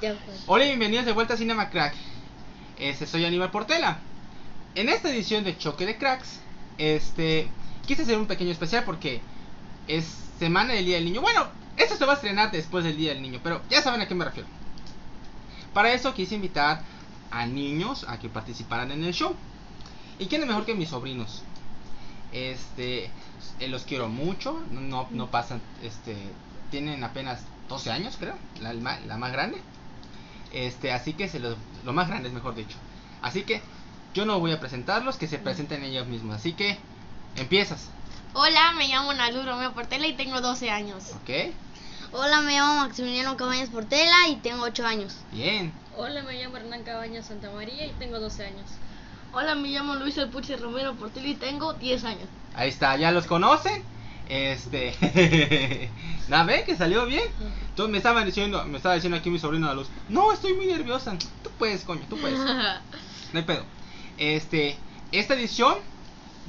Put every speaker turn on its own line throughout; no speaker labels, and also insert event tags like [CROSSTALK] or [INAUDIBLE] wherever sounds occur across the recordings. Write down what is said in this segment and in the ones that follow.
Ya fue.
Hola y bienvenidos de vuelta a Cinema Crack. Este soy Aníbal Portela. En esta edición de Choque de Cracks, este quise hacer un pequeño especial porque es semana del Día del Niño. Bueno, esto se va a estrenar después del Día del Niño, pero ya saben a qué me refiero. Para eso quise invitar a niños a que participaran en el show. ¿Y quién es mejor que mis sobrinos? Este, eh, los quiero mucho, no, no pasan, este, tienen apenas 12 años, creo, la, el ma- la más grande. Este, así que se los, lo más grande es mejor dicho. Así que yo no voy a presentarlos, que se presenten ellos mismos. Así que empiezas,
Hola, me llamo Nalu Romeo Portela y tengo 12 años.
¿ok?
Hola, me llamo Maximiliano Cabañas Portela y tengo 8 años.
Bien,
Hola, me llamo Hernán Cabañas Santa María y tengo 12 años.
Hola, me llamo Luis El Puche Romero Portela y tengo 10 años.
ahí está, ya los conocen. Este, [LAUGHS] nada, ve que salió bien. Entonces me estaban diciendo, me estaba diciendo aquí mi sobrino de luz, no, estoy muy nerviosa. Tú puedes, coño, tú puedes. No hay pedo. Este, esta edición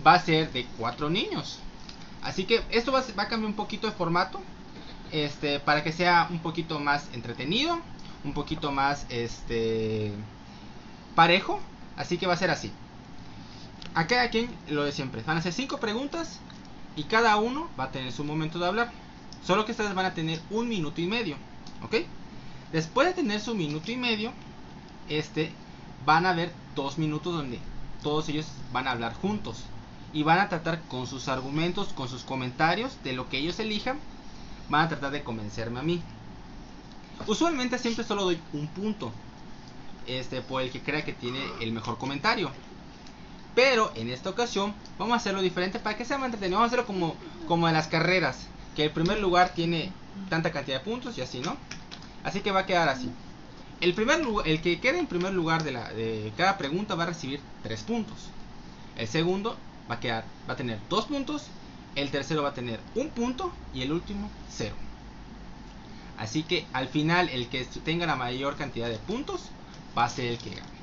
va a ser de cuatro niños. Así que esto va a, ser- va a cambiar un poquito de formato. Este, para que sea un poquito más entretenido, un poquito más este parejo. Así que va a ser así. A cada quien lo de siempre. Van a hacer cinco preguntas y cada uno va a tener su momento de hablar. Solo que ustedes van a tener un minuto y medio. ¿Ok? Después de tener su minuto y medio, este, van a haber dos minutos donde todos ellos van a hablar juntos y van a tratar con sus argumentos, con sus comentarios, de lo que ellos elijan, van a tratar de convencerme a mí. Usualmente siempre solo doy un punto, este, por el que crea que tiene el mejor comentario. Pero en esta ocasión vamos a hacerlo diferente para que sea más entretenido. Vamos a hacerlo como, como en las carreras, que el primer lugar tiene tanta cantidad de puntos y así, ¿no? Así que va a quedar así. El, primer lugar, el que quede en primer lugar de, la, de cada pregunta va a recibir 3 puntos. El segundo va a, quedar, va a tener 2 puntos. El tercero va a tener 1 punto. Y el último 0. Así que al final el que tenga la mayor cantidad de puntos va a ser el que gane.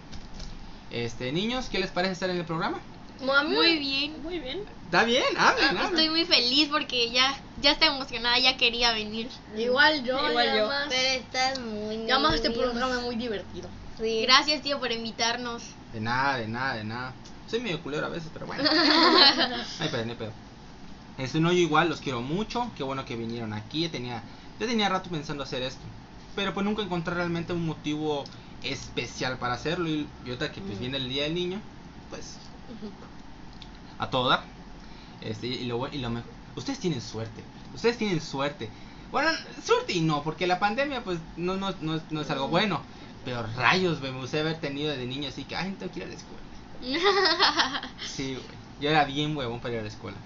Este, niños, ¿qué les parece estar en el programa?
Muy bien.
Muy bien.
Está bien, hablen, hablen.
Ah, Estoy muy feliz porque ya, ya está emocionada, ya quería venir.
Igual yo,
Igual yo.
además,
Pero estás muy
además este
nervioso.
programa es muy divertido.
Sí.
Gracias, tío, por invitarnos.
De nada, de nada, de nada. Soy medio culero a veces, pero bueno. Ay, pedo, no hay pedo. Este, no, yo igual los quiero mucho. Qué bueno que vinieron aquí. Yo tenía, yo tenía rato pensando hacer esto. Pero pues nunca encontré realmente un motivo especial para hacerlo. Y, y ahorita que pues viene el Día del Niño, pues... A toda. Este, y lo, bue- y lo mejor... Ustedes tienen suerte. Ustedes tienen suerte. Bueno, suerte y no, porque la pandemia pues no, no, no, es- no es algo bueno. Pero rayos, güey, me gustaría haber tenido de niño así que, ay, tengo que ir a la escuela.
[LAUGHS]
Sí, güey. Yo era bien huevón para ir a la escuela.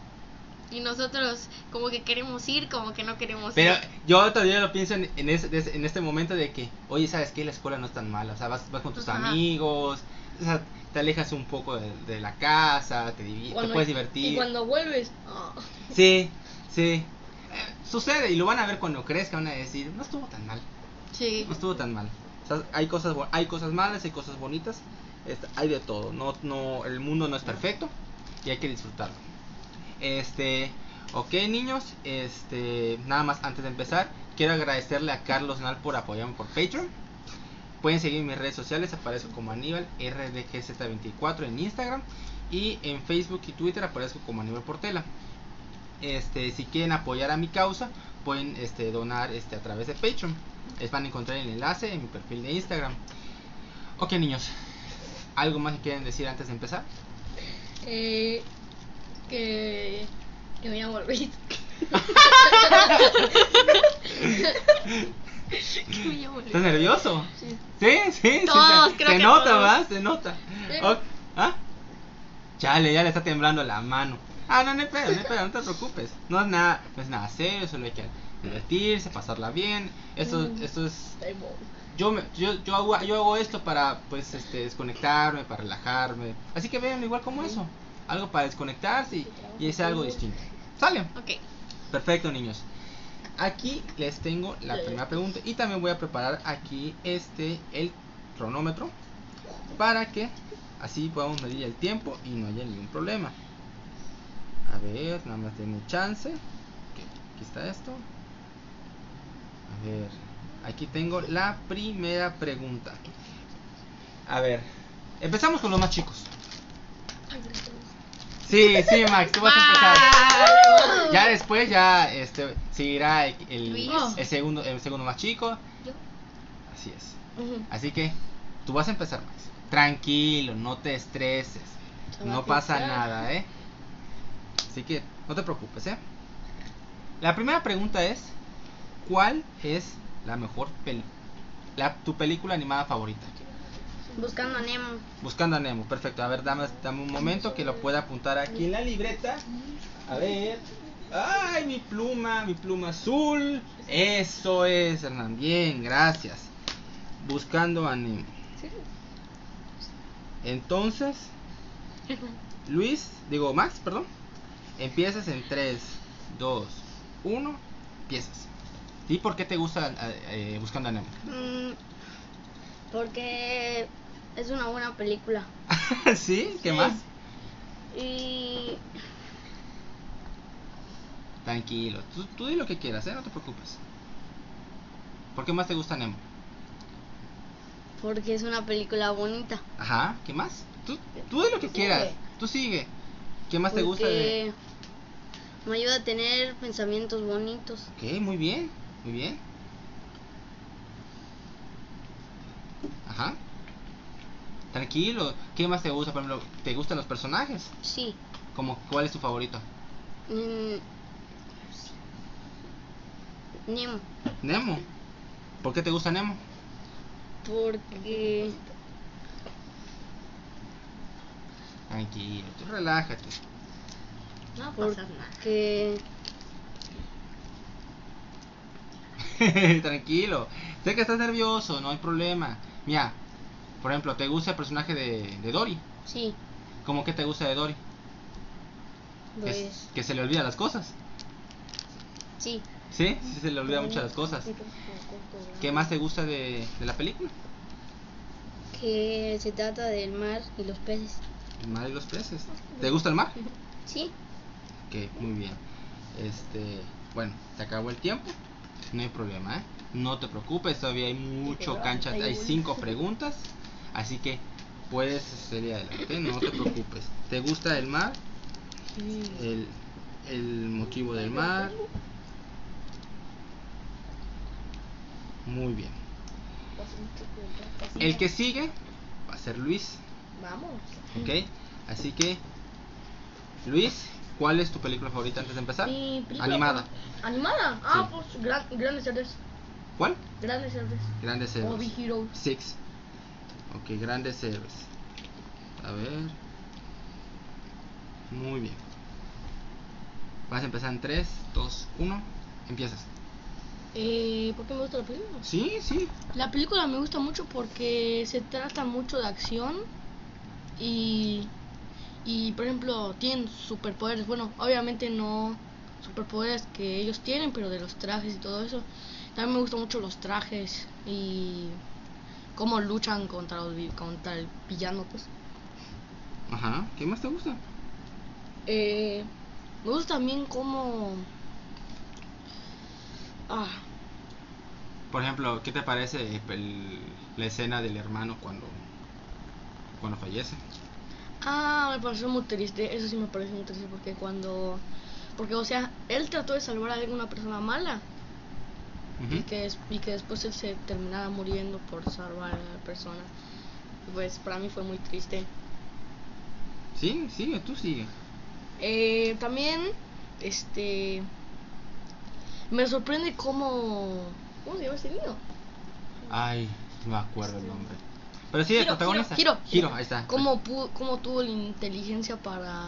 y nosotros como que queremos ir, como que no queremos
Pero
ir.
yo todavía lo pienso en, en, ese- des- en este momento de que, oye, ¿sabes qué? La escuela no es tan mala. O sea, vas, vas con tus
Ajá.
amigos, o sea, te alejas un poco de, de la casa, te, divi- te
Cuando-
puedes divertir.
Y cuando vuelves, ah,
Sí, sí. Eh, sucede y lo van a ver cuando crezcan, van a decir, no estuvo tan mal.
Sí.
No estuvo tan mal. O sea, hay cosas bu- hay cosas malas, hay cosas bonitas, este, hay de todo. No, no, el mundo no es perfecto y hay que disfrutarlo. Este, ok niños, este, nada más antes de empezar, quiero agradecerle a Carlos Nal por apoyarme por Patreon. Pueden seguir mis redes sociales, aparezco como Aníbal RDGZ24 en Instagram y en Facebook y Twitter aparezco como Aníbal Portela. Este, si quieren apoyar a mi causa, pueden este, donar este, a través de Patreon. Les van a encontrar el enlace en mi perfil de Instagram. Ok, niños. ¿Algo más que quieren decir antes de empezar?
eh, que, que me llamo Luis.
¿Estás nervioso? Sí, sí, sí.
Todos,
se,
creo
se
que
nota,
todos.
¿verdad? Se nota. Ok, ¿ah? Chale, ya le está temblando la mano. Ah, no, no hay pedo, no hay pedo, no te preocupes. No es nada, no es nada serio, solo hay que divertirse, pasarla bien. Esto, esto es yo, me- yo, yo, hago, yo hago esto para pues este, desconectarme, para relajarme. Así que vean igual como eso. Algo para desconectarse y, y es algo distinto. Sale.
Ok.
Perfecto, niños. Aquí les tengo la primera pregunta y también voy a preparar aquí este el cronómetro para que así podamos medir el tiempo y no haya ningún problema. A ver, nada más denme chance. Ok, Aquí está esto. A ver. Aquí tengo la primera pregunta. A ver, empezamos con los más chicos. Sí, sí, Max, tú vas a
Ah.
empezar. Ya después ya este seguirá el, el-
Luis.
el segundo el segundo más chico.
Yo.
Así es. Así que tú vas a empezar, Max. Tranquilo, no te estreses.
Se va a
No pasa
picar.
nada, ¿eh? Así que no te preocupes, ¿eh? La primera pregunta es ¿cuál es la mejor peli la, tu película animada favorita?
Buscando a Nemo.
Buscando a Nemo, perfecto. A ver, dame, dame un momento que lo pueda apuntar aquí en la libreta. A ver. Ay, mi pluma, mi pluma azul. Eso es, Hernán. Bien, gracias. Buscando a Nemo. Entonces, Luis, digo Max, perdón. Empiezas en 3, 2, 1, empiezas. ¿Y por qué te gusta eh, eh, Buscando a Nemo?
Mm, porque es una buena película.
¿Sí? ¿Qué
Sí.
más?
Y
Tranquilo, tú, tú di lo que quieras, ¿eh? no te preocupes. ¿Por qué más te gusta Nemo?
porque es una película bonita.
Ajá, ¿qué más? Tú, tú di lo que quieras, tú sigue. ¿Qué más te gusta de.?
Porque me ayuda a tener pensamientos bonitos.
Ok, muy bien, muy bien. Ajá. Tranquilo, ¿qué más te gusta? Por ejemplo, ¿te gustan los personajes?
Sí.
Como, ¿Cuál es tu favorito?
Mm, Nemo.
Nemo. ¿Por qué te gusta Nemo?
Porque
Tranquilo, tú relájate.
No pasa nada.
porque
[LAUGHS] Tranquilo. Sé que estás nervioso, no hay problema. Mira, por ejemplo, ¿te gusta el personaje de, de Dory?
sí,
¿Cómo que te gusta de Dory? Que, s-
pues
que se le olvida las cosas.
sí.
¿Sí? Sí, se le olvida muchas las cosas. ¿Qué más te gusta de, de la película?
Que se trata del mar y los peces.
El mar y los peces. ¿Te gusta el mar?
Sí.
Ok, muy bien. Este, bueno, se acabó el tiempo. No hay problema, ¿eh? No te preocupes, todavía hay mucho cancha. Hay cinco preguntas. Así que puedes salir adelante, no te preocupes. ¿Te gusta el mar? El, el motivo del mar. Muy bien. El que sigue va a ser Luis,
Vamos.
¿ok? Así que, Luis, ¿cuál es tu película favorita antes de empezar?
Mi película
Animada.
favorita- ¿Animada? Ah,
Sí.
pues gran- grandes héroes.
¿Cuál?
Grandes héroes.
Grandes
O
héroes.
Big Hero.
Six. Ok, grandes héroes. A ver. Muy bien. Vas a empezar en 3, 2, 1. Empiezas.
Eh, ¿Por qué me gusta la película?
Sí, sí.
La película me gusta mucho porque se trata mucho de acción y, y por ejemplo, tienen superpoderes. Bueno, obviamente no superpoderes que ellos tienen, pero de los trajes y todo eso. También me gustan mucho los trajes y cómo luchan contra, los vi- contra el villano. Pues.
Ajá. ¿Qué más te gusta?
Eh, me gusta también cómo... Ah,
Por ejemplo, ¿qué te parece eh, el- la escena del hermano cuando cuando fallece?
Ah, me pareció muy triste, eso sí me pareció muy triste porque cuando... Porque, o sea, él trató de salvar a alguna persona mala y,
Ujú.
que des- y que después él se terminara muriendo por salvar a la persona. Pues para mí fue muy triste.
Sí, sigue, tú sigue.
Eh, también, este... Me sorprende cómo... ¿Cómo se llama ese niño?
Ay, no me acuerdo el nombre. Pero sí, el
Hiro,
protagonista.
Hiro, Hiro.
Hiro, ahí está.
¿Cómo, pu- cómo tuvo la inteligencia para,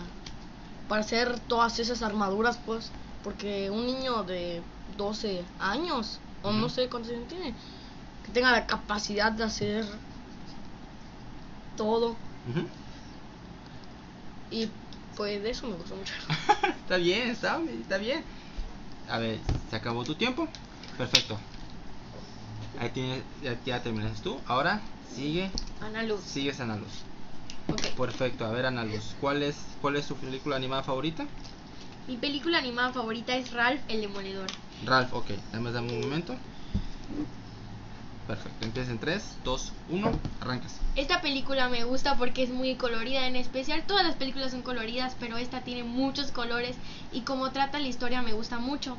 para hacer todas esas armaduras, pues? Porque un niño de 12 años, o
Ujú.
no sé cuántos años tiene, que tenga la capacidad de hacer todo.
Ujú.
Y pues de eso me gustó mucho.
Está bien, está, está bien. A ver, se acabó tu tiempo. Perfecto. Ahí tienes, ya, ya terminas tú. Ahora sigue,
Ana Luz.
sigues Ana Luz.
Ok.
Perfecto, a ver Ana Luz, ¿cuál es, cuál es su película animada favorita?
Mi película animada favorita es Ralph el Demoledor.
Ralph, ok, nada más dame un momento. Perfecto, empieza en 3, 2, 1, arrancas.
Esta película me gusta porque es muy colorida, en especial todas las películas son coloridas, pero esta tiene muchos colores y como trata la historia me gusta mucho.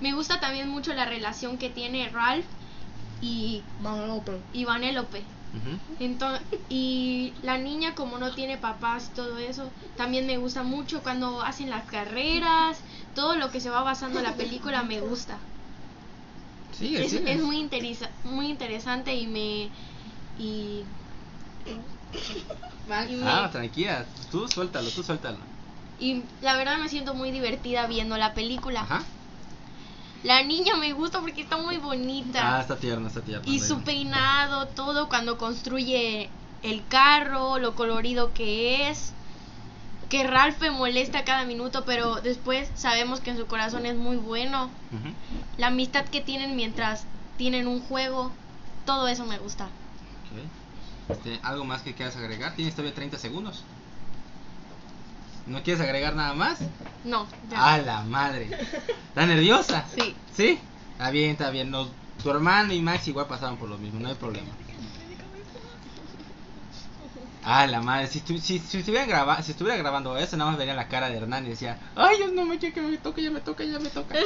Me gusta también mucho la relación que tiene Ralph y,
Vanellope.
y Vanellope.
Ujú.
Entonces, y la niña como no tiene papás y todo eso, también me gusta mucho cuando hacen las carreras, todo lo que se va basando en la película me gusta.
Sigue,
Es,
sigue.
es muy, interesa- muy interesante y me... Y
Ah, tranquila, tú suéltalo, tú suéltalo.
Y la verdad me siento muy divertida viendo la película.
Ajá.
La niña me gusta porque está muy bonita.
Ah, está tierno, está tierno.
y
Muy
su
bien.
peinado, todo cuando construye el carro, lo colorido que es. Que Ralph me molesta cada minuto, pero después sabemos que en su corazón es muy bueno.
Ujú.
La amistad que tienen mientras tienen un juego, todo eso me gusta.
Ok. Este, ¿Algo más que quieras agregar? Tienes todavía 30 segundos. ¿No quieres agregar nada más?
No, ya.
A la madre. ¿Está nerviosa?
Sí.
¿Sí? Está bien, está bien. Nos- tu hermano y Max igual pasaron por lo mismo, no hay problema. A la madre, si, estu- si, si estuviera graba- si estuviera grabando eso, nada más vería la cara de Hernán y decía, ay, Dios, no me quiero que me toque, ya me toca, ya me toca.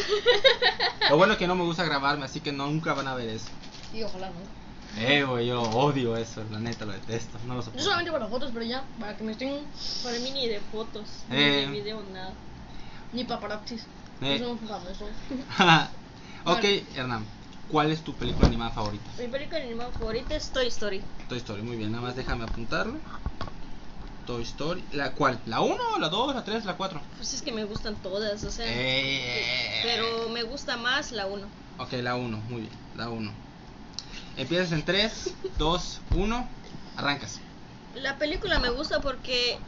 Lo bueno es que no me gusta grabarme, así que nunca van a ver eso.
Y ojalá no.
Eh, güey, yo odio eso, la neta, lo detesto, no lo
Yo
soporto.
solamente para fotos, pero ya, para que me estén
Para mí ni de fotos,
Eh.
ni de video, nada.
ni paparazzis.
Eh.
No somos famosos.
[LAUGHS] ok, Hernán, ¿cuál es tu película animada favorita?
Mi película animada favorita es Toy Story.
Toy Story, muy bien, nada más déjame apuntarlo. Toy Story, ¿la cuál? ¿La 1, la 2, la 3, la 4?
Pues es que me gustan todas, o sea.
Eh,
Pero me gusta más la 1.
Ok, la 1, muy bien, la 1. Empiezas en 3, 2, 1, arrancas.
La película me gusta porque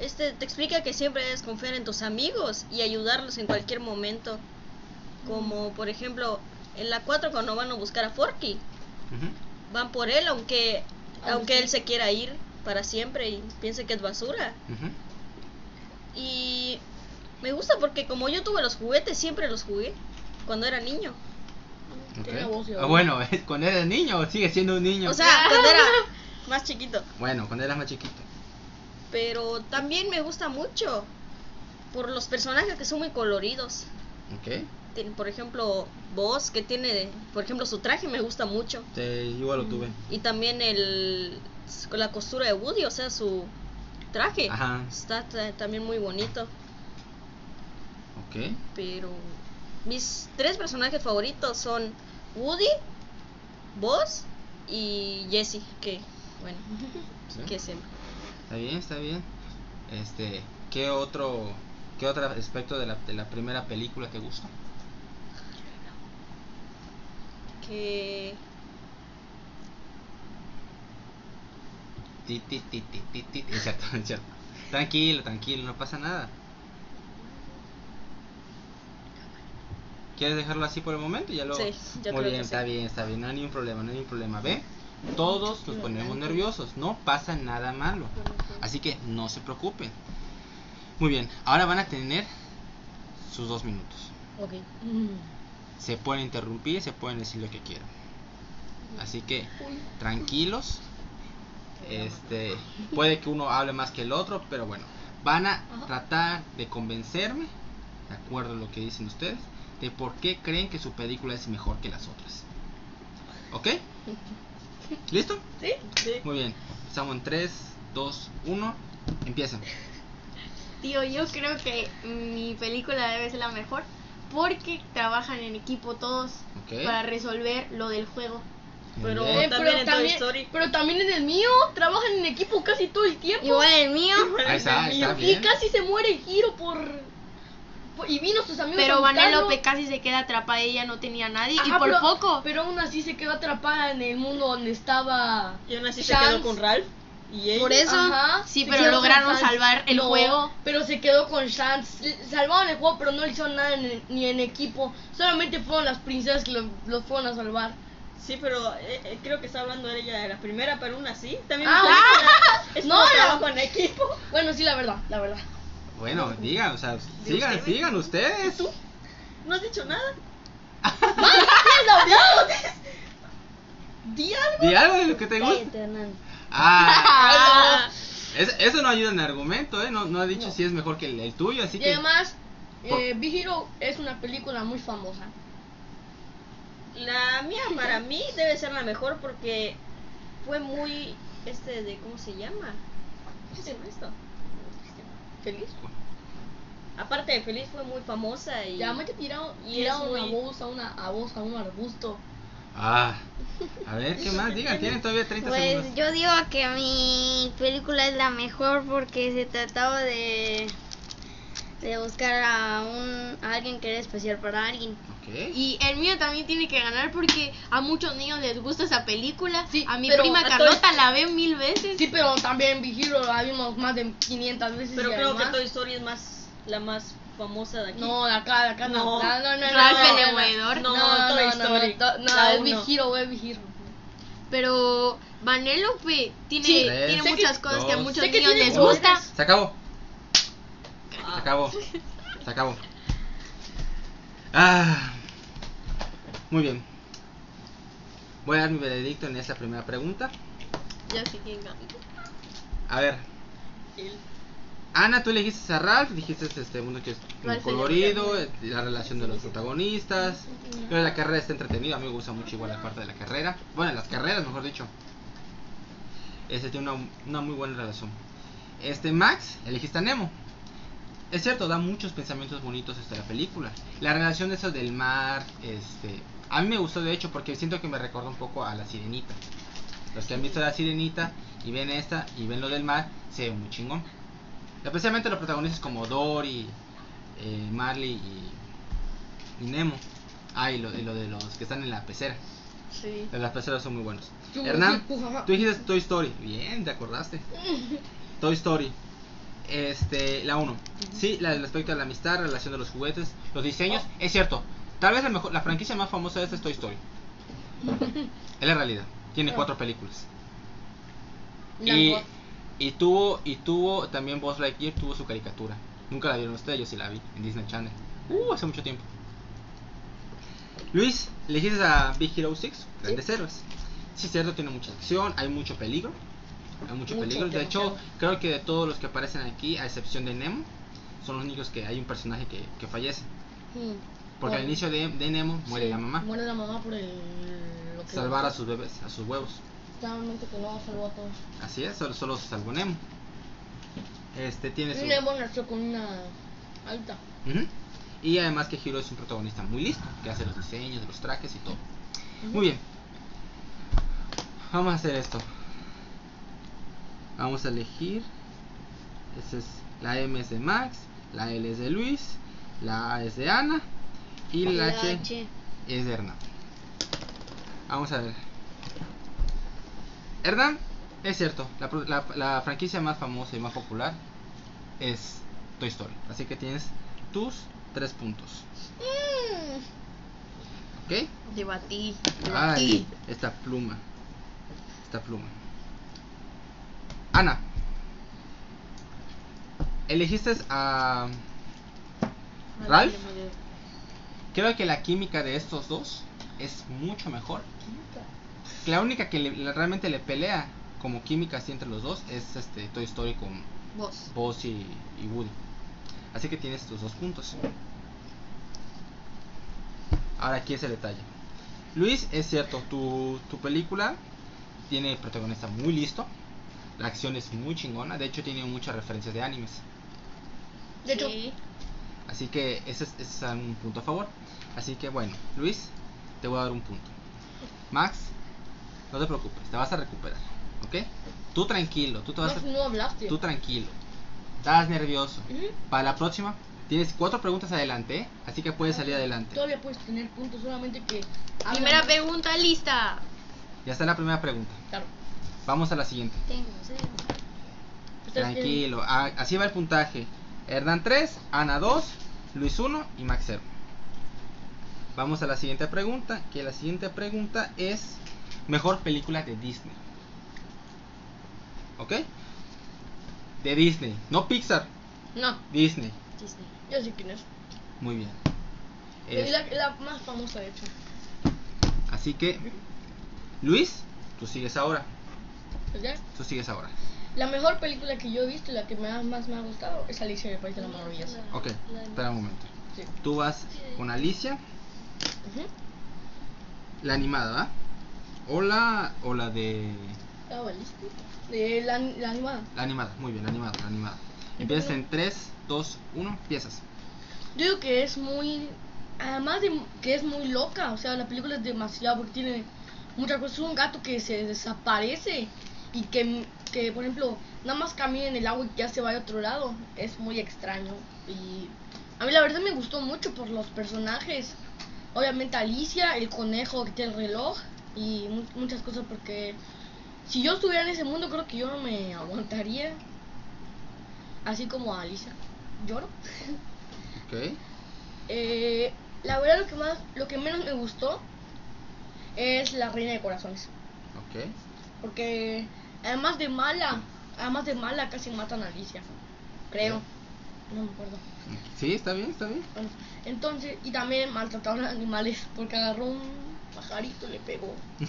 este te explica que siempre debes confiar en tus amigos y ayudarlos en cualquier momento. Como por ejemplo, en la 4 cuando van a buscar a Forky,
Ujú.
van por él aunque
Ah,
aunque él se quiera ir para siempre y piense que es basura.
Ujú.
Y me gusta porque como yo tuve los juguetes, siempre los jugué cuando era niño.
Tiene
Ok.
voz y
Ah,
oído.
bueno, [LAUGHS] cuando eres niño, sigue siendo un niño.
O sea,
[LAUGHS]
cuando era más chiquito.
bueno, cuando eras más chiquito.
Pero también me gusta mucho por los personajes que son muy coloridos.
Ok,
Tiene, por ejemplo, Boss, que tiene, por ejemplo, su traje me gusta mucho.
te, igual
Mm.
lo tuve.
Y también el, con la costura de Woody, o sea, su traje.
Ajá.
Está ta- también muy bonito.
Ok,
Pero mis tres personajes favoritos son Woody, Boss y Jesse, que, bueno,
sí.
que siempre.
Está bien, está bien. Este, ¿qué otro, qué otro aspecto de la, de la primera película te gusta?
Que
Ti, ti, ti, ti, ti, [LAUGHS] ti. Es cierto, es cierto. Tranquilo, tranquilo, no pasa nada. ¿Quieres dejarlo así por el momento? Ya lo.
Sí, yo
Muy
creo que
bien,
sí.
está bien, está bien. No hay ningún problema, no hay ningún problema. ¿Ve? Todos nos ponemos nerviosos. No pasa nada malo. Así que no se preocupen. Muy bien, ahora van a tener sus dos minutos.
Ok.
Se pueden interrumpir, se pueden decir lo que quieran. Así que tranquilos. Este, puede que uno hable más que el otro, pero bueno, van a tratar de convencerme, de acuerdo a lo que dicen ustedes, de por qué creen que su película es mejor que las otras. ¿Ok?
[LAUGHS]
¿Listo?
¿Sí? Sí.
Muy bien. Estamos en 3, 2, 1. Empiezan.
Tío, yo creo que mi película debe ser la mejor porque trabajan en equipo todos
Ok.
para resolver lo del juego.
Muy
Pero-
bien.
También en Toy Story.
Eh, pero también en el mío trabajan en equipo casi todo el tiempo.
Igual el mío.
Ahí está, ahí está
y
bien.
casi se muere Giro por, por- y vino sus amigos. a
Pero
buscarlo.
Vanellope casi se queda atrapada, ella no tenía nadie y
Ajá,
por
pero-
poco.
Pero aún así se quedó atrapada en el mundo donde estaba.
Y aún así se
Chance.
quedó con Ralph. Y ella.
Por eso.
Ajá.
Sí,
se
pero
quedó con
lograron
Sans.
salvar el
No,
juego.
Pero se quedó con Sans. Salvaron el juego, pero no le hicieron nada en- ni en equipo. Solamente fueron las princesas que lo- los fueron a salvar.
Sí, pero eh, eh, creo que está hablando ella de la primera, pero aún así. También
Ah,
[LAUGHS]
es
no,
no,
la-
trabajo en equipo. [LAUGHS]
Bueno, sí, la verdad, la verdad.
Bueno, digan, o sea, sigan, sigan ustedes.
[LAUGHS]
No has dicho nada. Di algo.
Di algo de lo que te gusta.
Cállate, Hernán.
[LAUGHS]
Ah, es- eso no ayuda en el argumento, ¿eh? No, no ha dicho si es mejor que el, el tuyo, así
Y
que.
además,
Por-
eh, Big Hero es una película muy famosa.
La mía para mí debe ser la mejor porque fue muy este de cómo se llama. ¿Cómo se llama esto?
¿Feliz?
Aparte de feliz fue muy famosa y
Ya me te tiraron
Y
tiraron
es
una
muy-
voz a una a voz a un arbusto.
Ah, a ver,
[LAUGHS]
¿qué más? Digan, tienen todavía 30
Pues
segundos.
yo digo que mi película es la mejor porque se trataba de de buscar a un a alguien que era especial para alguien.
Ok.
Y el mío también tiene que ganar porque a muchos niños les gusta esa película.
Sí,
a mi
pero
prima
a
Carlota la ve mil veces.
Sí, pero también Big Hero la vimos más de 500 veces.
pero
y
creo que
además-
Toy Story es más la más famosa de aquí.
No, de acá, de acá no.
No.
No, no, no.
Ralph
no,
el
no,
Demoledor.
No,
No, no, no,
Toy
no,
Story.
no, no,
La
es
uno.
Big Hero, es Big Hero.
Pero Vanellope tiene,
Sí,
tiene
sé que-
muchas cosas que a
dos.
muchos
Sé que
niños
tiene
les gusta.
colores.
Se acabó. Se
Ah,
acabó. Se acabó. Ah. Muy bien. Voy a dar mi veredicto en esta primera pregunta.
Ya sé quién gana.
A ver.
el-
Ana, tú elegiste a Ralph, dijiste este uno que es como
Ralph,
colorido, eh, la relación de los protagonistas. Pero la carrera está entretenida, a mí me gusta mucho igual la parte de la carrera. Bueno, las carreras, mejor dicho. Este tiene una, una muy buena relación. Este Max, elegiste a Nemo. Es cierto, da muchos pensamientos bonitos esta la película. La relación de eso del mar, este, a mí me gustó de hecho porque siento que me recuerda un poco a La Sirenita. Los que han visto La Sirenita y ven esta y ven lo del mar, se ve muy chingón. Especialmente los protagonistas como Dory, eh, Marley y, y Nemo. Ah, y lo, y lo de los que están en la pecera.
Sí.
Los de Las peceras son muy buenos.
Yo me
Hernán,
fui, ujaja.
tú dijiste Toy Story. Bien, te
[LAUGHS]
acordaste. Toy Story. Este, la 1. Sí, la del aspecto de la amistad, relación de los juguetes, los diseños. Es cierto. Tal vez la, mejor, la franquicia más famosa de esta es Toy
[LAUGHS]
Story. es la realidad. Tiene cuatro películas.
La
Y,
mejor.
y tuvo y tuvo también Buzz Lightyear tuvo su caricatura. Nunca la vieron ustedes, yo sí la vi en Disney Channel. Uh, hace mucho tiempo. Luis, elegiste a Big Hero 6, Grandes Héroes. Sí, es cierto, tiene mucha acción, hay mucho peligro. Hay mucho,
Mucho
peligro. De hecho,
demasiado.
creo que de todos los que aparecen aquí, a excepción de Nemo, son los únicos que hay un personaje que, que fallece.
Mm.
Porque al
Bueno.
inicio de, de Nemo muere
Sí,
la mamá.
Muere la mamá por el. Lo que
Salvar a sus bebés, a sus huevos.
Claramente que no salvó a todos.
Así es, solo, solo se salvó Nemo. Este tiene su.
Nemo nació con una alta.
Ujú. Y además que Hiro es un protagonista muy listo, que hace los diseños, los trajes y todo. Muy bien. Vamos a hacer esto. Vamos a elegir. Esa es la M es de Max, la L es de Luis, la A es de Ana y la, H, es de Hernán. Vamos a ver. Hernán, es cierto, la, pro- la- la franquicia más famosa y más popular es Toy Story. Así que tienes tus tres puntos. Mm. ¿Ok?
Debatí.
Ay, esta pluma. Esta pluma. Ana. Elegiste a Ralph. Creo que la química de estos dos es mucho mejor. La única que le- le- realmente le pelea como química así entre los dos es este Toy Story con
Vos.
Buzz y, y Woody. Así que tienes tus dos puntos. Ahora aquí es el detalle. Luis, es cierto, tu, tu película tiene protagonista muy listo. La acción es muy chingona. De hecho, tiene muchas referencias de animes.
De hecho,
Así que ese es, ese es un punto a favor. Así que bueno, Luis, te voy a dar un punto. Max, no te preocupes, te vas a recuperar. ¿Ok? Tú tranquilo, tú te vas
Max,
a...
no hablaste.
Tú tranquilo. Estás nervioso.
Ujú.
Para la próxima, tienes cuatro preguntas adelante, ¿eh? así que puedes salir adelante.
Todavía puedes tener puntos, solamente que. habla
Primera
más.
pregunta lista.
Ya está la primera pregunta.
Claro.
Vamos a la siguiente.
Tengo cero.
Ustedes quieren-
Tranquilo. a- así va el puntaje. Hernán 3, Ana 2, Luis 1 y Max 0. Vamos a la siguiente pregunta, que la siguiente pregunta es mejor película de Disney. ¿Ok? De Disney, no Pixar,
No,
Disney.
yo sé quién es.
Muy bien.
Es
Es-
la, la más famosa, de hecho.
Así que Luis, tú sigues ahora.
Pues ya.
Tú sigues ahora.
La mejor película que yo he visto y la que más, más me ha gustado es Alicia en el País de las Maravillas.
Ok, espera un momento.
Sí.
Tú vas con Alicia,
Ujú.
la animada, ¿va? O la, o la de...
Ah, vale. Eh, la, la animada.
La animada, muy bien, la animada, la animada. Empiezas en 3, 2, 1, empiezas.
Yo digo que es muy. Además de que es muy loca, o sea, la película es demasiado porque tiene muchas cosas. Es un gato que se desaparece y que, que, por ejemplo, nada más camina en el agua y ya se va a otro lado. Es muy extraño. Y a mí la verdad me gustó mucho por los personajes. Obviamente Alicia, el conejo que tiene el reloj y mu- muchas cosas porque si yo estuviera en ese mundo creo que yo no me aguantaría. Así como a Alicia. Lloro.
Ok.
Eh, la verdad lo que más, lo que menos me gustó es la reina de corazones,
Ok.
porque además de mala, además de mala casi matan a Alicia, creo, no me acuerdo.
Sí, está bien, está bien.
Bueno, entonces y también maltrataron a animales porque agarró un pajarito y le pegó y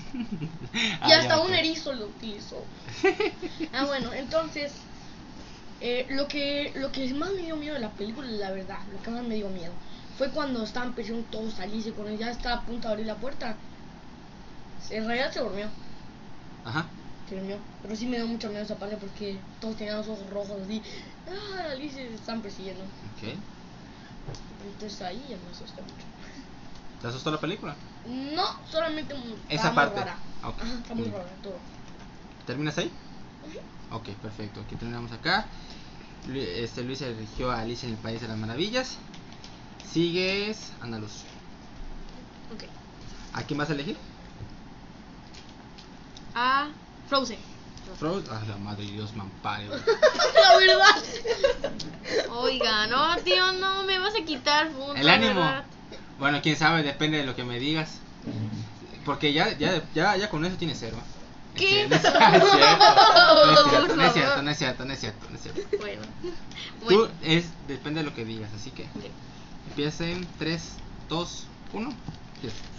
Ah,
hasta
ya,
un
ok.
erizo lo utilizó. [LAUGHS] ah bueno, entonces eh, lo que lo que más me dio miedo de la película, la verdad, lo que más me dio miedo fue cuando estaban persiguiendo todos a Alicia cuando ya estaba a punto de abrir la puerta. En realidad se durmió,
Ajá.
se durmió, pero sí me dio mucho miedo esa parte porque todos tenían los ojos rojos así. Ah, Alicia se están persiguiendo.
Ok.
Entonces ahí ya me asusté mucho.
¿Te asustó la película?
No, solamente mu-
Esa
estaba muy
parte.
rara.
Ah, ok.
Ajá, está muy
Muy bien.
rara, todo.
¿Terminas ahí? Ok, perfecto. Aquí terminamos acá. Lu- Este Luis se dirigió a Alicia en el País de las Maravillas. Sigues Andaluz.
Ok.
¿A quién vas a elegir?
A Frozen.
Frozen. Ah, la madre de Dios,
[LAUGHS]
mampare. güey.
La verdad.
Oiga, no, tío, no, me vas a quitar puntos,
El ánimo.
¿verdad?
Bueno, quién sabe, depende de lo que me digas. Porque ya, ya, ya, ya con eso tiene cero. ¿eh?
¿Qué?
Es cierto, no es cierto, no es cierto,
Por favor.
no es cierto, no es cierto, no es cierto.
Bueno.
Tú
Bueno,
es, depende de lo que digas, así que
ok.
empieza en 3, 2, 1.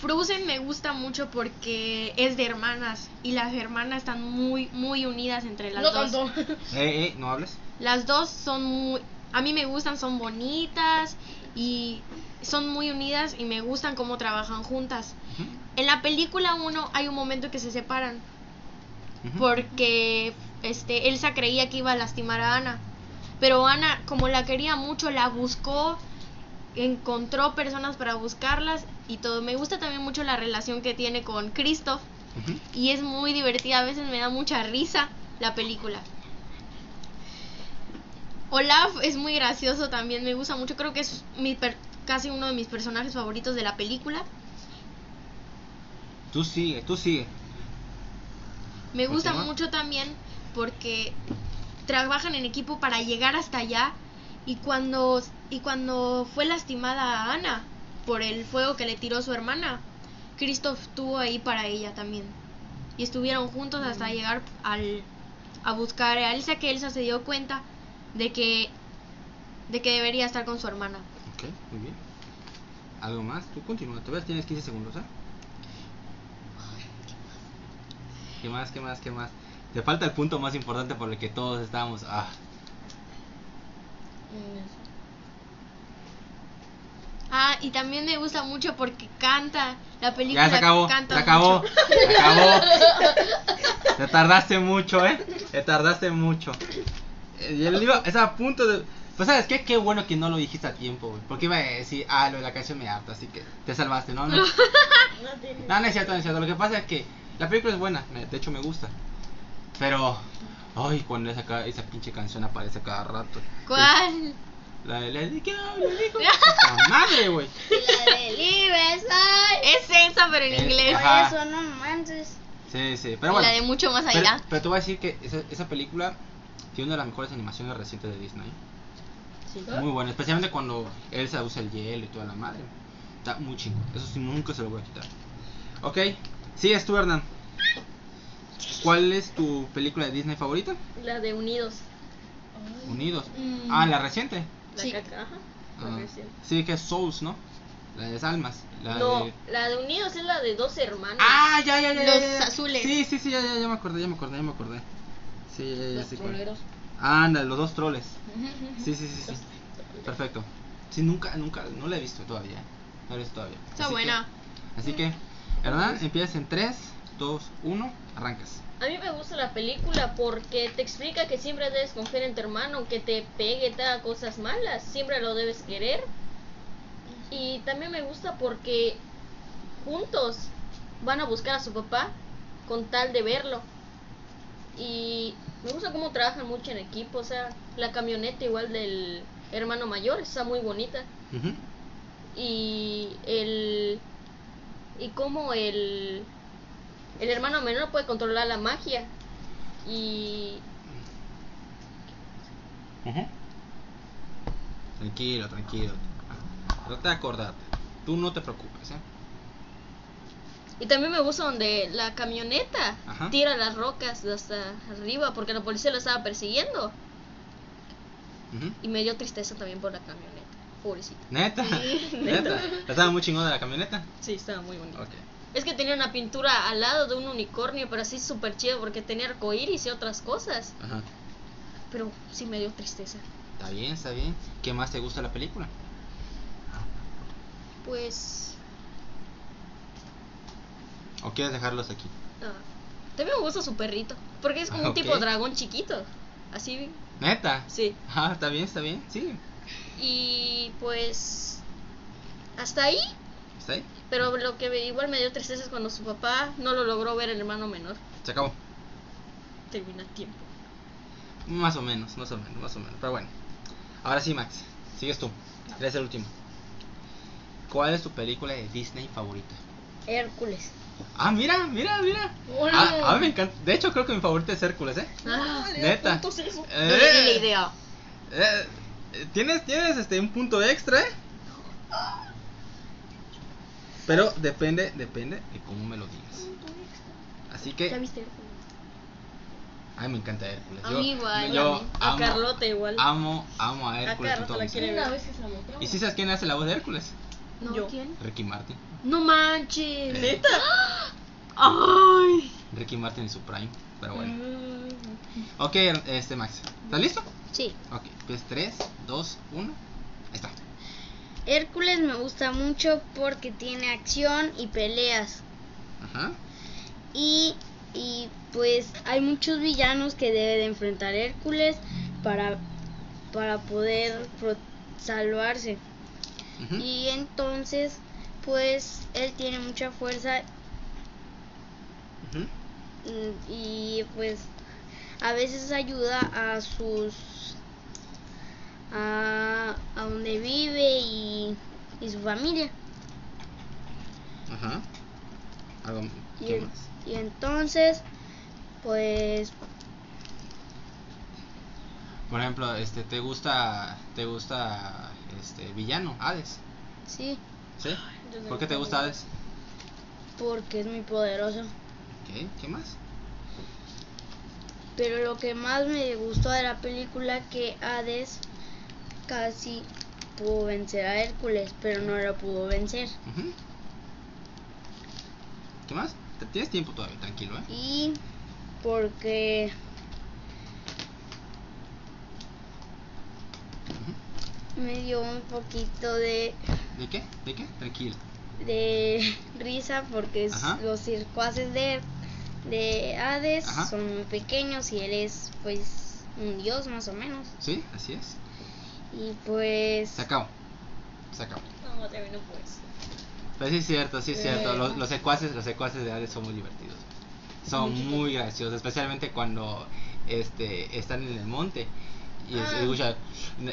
Frozen me gusta mucho porque es de hermanas y las hermanas están muy, muy unidas entre las
No
dos.
tanto.
Eh, eh, no hables.
Las dos son muy, a mí me gustan, son bonitas y son muy unidas y me gustan cómo trabajan juntas.
Ujú,
En la película 1 hay un momento que se separan
ujú.
porque este Elsa creía que iba a lastimar a Ana, pero Ana como la quería mucho la buscó, encontró personas para buscarlas y todo. Me gusta también mucho la relación que tiene con Kristoff
Ujú.
y es muy divertida, a veces me da mucha risa la película. Olaf es muy gracioso también, me gusta mucho, creo que es mi per- casi uno de mis personajes favoritos de la película.
Tú sigue, tú sigue.
Me gusta
Continúa.
mucho también porque trabajan en equipo para llegar hasta allá y cuando y cuando fue lastimada Ana por el fuego que le tiró su hermana, Christoph estuvo ahí para ella también. Y estuvieron juntos
Mm.
hasta llegar al a buscar a Elsa que Elsa se dio cuenta de que de que debería estar con su hermana.
Ok, muy bien. ¿Algo más? Tú continúa, te ves, tienes 15 segundos, ¿eh? ¿Qué más, qué más, qué más? Te falta el punto más importante por el que todos estábamos. Ah,
Ah, y también me gusta mucho porque canta la película.
ya se acabó,
canta
se acabó,
mucho.
se
[LAUGHS]
acabó. Te tardaste mucho, ¿eh? Te tardaste mucho. Eh, Yo le iba, estaba a punto de... Pues sabes qué, qué bueno que no lo dijiste a tiempo, güey. Porque iba a decir, ah, lo de la canción me harta, así que te salvaste, ¿no?
[LAUGHS]
No, no, no es cierto, no es cierto. Lo que pasa es que la película es buena, me- de hecho me gusta. Pero, ay, cuando esa, ca- esa pinche canción aparece cada rato.
¿Cuál?
La de la de que hablo, digo, puta madre, güey.
La
[LAUGHS]
de libre soy.
Es esa, pero en
Es-
inglés.
ah,
Por
Ajá.
eso no manches.
Sí, sí, pero bueno.
La de mucho más
Pero,
allá.
pero te voy a decir que esa, esa película tiene una de las mejores animaciones recientes de Disney. Muy buena, especialmente cuando Elsa usa el hielo y toda la madre. Está muy chingo. Eso sí, nunca se lo voy a quitar. Ok, sigues tú, Hernán. ¿Cuál es tu película de Disney favorita?
La de Unidos.
Unidos. Ah, la reciente.
Mm. La caca, ajá. La
Ah,
reciente.
sí, que es Souls, ¿no? La de las almas. La
no,
de...
la de Unidos es la de dos hermanos.
Ah, ya, ya, ya. ya,
Los
ya, ya.
azules.
Sí, sí, sí, ya, ya, ya me acordé, ya me acordé, ya me acordé. Sí, ya, ya, ya
Los
sé cuál.
troleros.
Anda, los dos troles. Sí, sí, sí, sí. Perfecto. Sí, nunca, nunca, no la he visto todavía. No la he visto todavía.
Está
Así que-
buena.
así que, ¿verdad? Empiezas en 3, 2, 1, arrancas.
A mí me gusta la película porque te explica que siempre debes confiar en tu hermano, aunque te pegue, te haga cosas malas, siempre lo debes querer. Y también me gusta porque juntos van a buscar a su papá con tal de verlo. Y me gusta cómo trabajan mucho en equipo, o sea, la camioneta igual del hermano mayor está muy bonita.
Ujú.
y el y cómo el el hermano menor puede controlar la magia y
Tranquilo, tranquilo. Trata de acordarte. Tú no te preocupes, ¿eh?
y también me gusta donde la camioneta
Ajá.
tira las rocas de hasta arriba porque la policía lo estaba persiguiendo
Ujú.
y me dio tristeza también por la camioneta pobrecita
Neta, [LAUGHS] neta. Estaba muy chingona la camioneta.
sí estaba muy bonita
Ok.
es que tenía una pintura al lado de un unicornio pero así súper chido porque tenía arcoíris y otras cosas
Ajá.
pero sí me dio tristeza
Está bien, está bien. ¿Qué más te gusta de la película?
pues
¿O quieres dejarlos aquí?
Ah, También me gusta su perrito, porque es como
Ah,
un tipo
ok.
dragón chiquito. Así,
Neta.
sí.
Ah, está bien, está bien. Sí.
Y pues hasta ahí,
¿Está ahí?
pero lo que me- igual me dio tristeza es cuando su papá no lo logró ver el hermano menor.
Se acabó.
Termina a tiempo.
Más o menos, más o menos, más o menos. Pero bueno. Ahora sí, Max. Sigues tú. Eres el último. ¿Cuál es tu película de Disney favorita?
Hércules.
Ah, mira, mira, mira.
Hola.
Ah, a mí me encanta. De hecho, creo que mi favorita es Hércules, ¿eh?
Ah,
Neta.
No tiene
Eh,
la idea.
eh, eh, tienes, tienes este, un punto extra, ¿eh?
Ah.
Pero depende, depende de cómo me lo digas. Así
¿Ya
que,
viste? Hércules?
ay, me encanta Hércules.
A
Yo,
mí igual,
yo
a mí.
A
amo,
Carlota igual.
amo, amo a
A
Hércules. con
Carlota
todo
la
mi
quiere
ser.
ver.
¿Y si sabes quién hace la voz de Hércules?
No,
Yo.
¿quién?
Ricky Martin.
No manches.
Eh.
Neta.
Ay.
Ricky Martin y su prime, pero bueno.
Mm,
Ok, este Max, ¿estás listo?
Sí.
Ok, pues 3, 2, 1, ahí está.
Hércules me gusta mucho porque tiene acción y peleas.
Ajá.
Y, y, pues hay muchos villanos que debe de enfrentar Hércules para, para poder pro- salvarse.
ujú.
Y entonces, pues él tiene mucha fuerza
Ujú.
mm, y pues a veces ayuda a sus... a, a donde vive y, y su familia.
Ajá. Algo
Y,
¿qué
en-
más?
y entonces, pues
Por ejemplo, este te gusta te gusta este villano Hades,
sí,
¿sí? ¿Por qué te gusta Hades?
porque es muy poderoso.
¿Qué? ¿Qué más?
Pero lo que más me gustó de la película que Hades casi pudo vencer a Hércules, pero no lo pudo vencer.
Ujú. ¿Qué más? Te- Tienes tiempo todavía, tranquilo, ¿eh?
Y porque me dio un poquito de,
¿De qué? ¿De qué? Tranquilo.
de [LAUGHS] risa porque es-
Ajá.
los circuaces de, de Hades
Ajá.
son muy pequeños y él es pues un dios más o menos.
¿Sí? Así es.
Y pues...
Se acabó. Se acabó.
No, terminó pues.
Pero sí es cierto, sí es cierto.
Eh.
Los, los secuaces, los secuaces de Hades son muy divertidos. Son muy graciosos, especialmente cuando este están en el monte y es-
Ah.
escucha,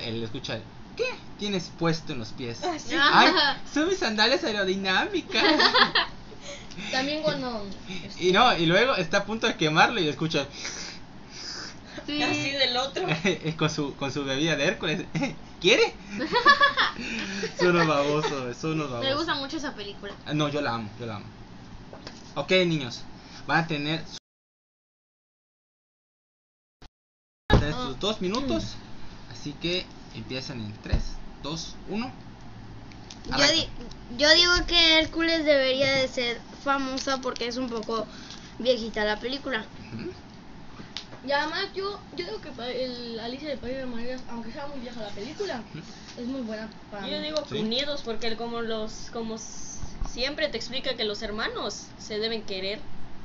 el escucha, ¿qué tienes puesto en los pies?
sí.
Ay, son mis sandalias aerodinámicas.
También cuando.
y no, y luego está a punto de quemarlo y escucha [LAUGHS]
Así del otro.
con su con su bebida de Hércules. [LAUGHS] ¿Quiere? son unos babosos, son unos babosos.
Me gusta mucho esa película.
Ah, No, yo la amo, yo la amo. Ok, niños, van a tener, su- van a tener sus dos minutos. Así que empiezan en 3, 2, 1.
Yo,
Arranca.
di- yo digo que Hércules debería de ser famosa porque es un poco viejita la película.
Ujú.
Y además yo, yo digo que pa- el Alicia del País de las Maravillas, aunque sea muy vieja la película, es muy buena para
Yo
mí.
digo
Sí.
unidos porque el- como los como s- siempre te explica que los hermanos se deben querer.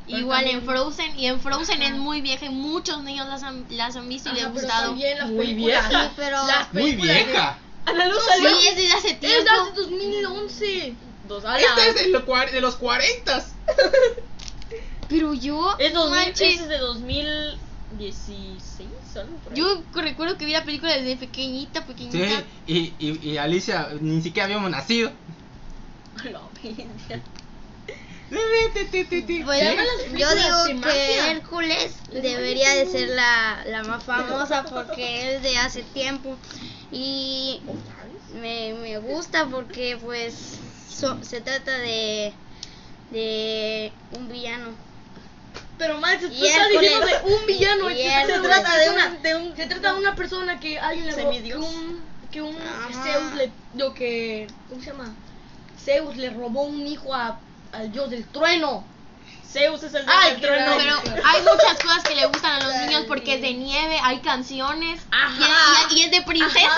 Pero
Igual en
también-
Frozen, y en Frozen
Ajá.
es muy vieja y muchos niños las han, las han visto y les ha
Ajá, pero
gustado.
también las
Muy
películas.
vieja.
Sí,
Pero
Las
Muy
películas de-
vieja.
Ana Luz
Sí,
[LAUGHS] salió
es desde hace
Es
tiempo.
de 2011. Dos alas.
Este
Esta es de, lo cuar- de los 40.
Pero yo,
es, 2000,
manches,
es de 2016 o algo por ahí.
yo recuerdo que vi la película desde pequeñita, pequeñita.
Sí, y, y, y Alicia, ni siquiera habíamos nacido.
La bestia.
Pues,
Llaman las
yo
películas de
digo que
magia.
Hércules debería de ser la, la más famosa porque es de hace tiempo y me, me gusta porque pues so- se trata de, de un villano.
Pero Max, [LAUGHS] tú
Y
estás
Hércules.
diciendo de un villano.
Y
Se
Hércules.
trata de una,
de un-
se trata de una persona que alguien le robó. Que
Semidios.
un, que un
Ajá.
Zeus le, lo que, ¿cómo se llama? Zeus le robó un hijo a, al dios del trueno.
Zeus es el dios
Ay,
del
qué
trueno.
raro.
Pero hay muchas cosas que le gustan a los niños porque es de nieve, hay canciones
Ajá.
y, es- y es de princesas.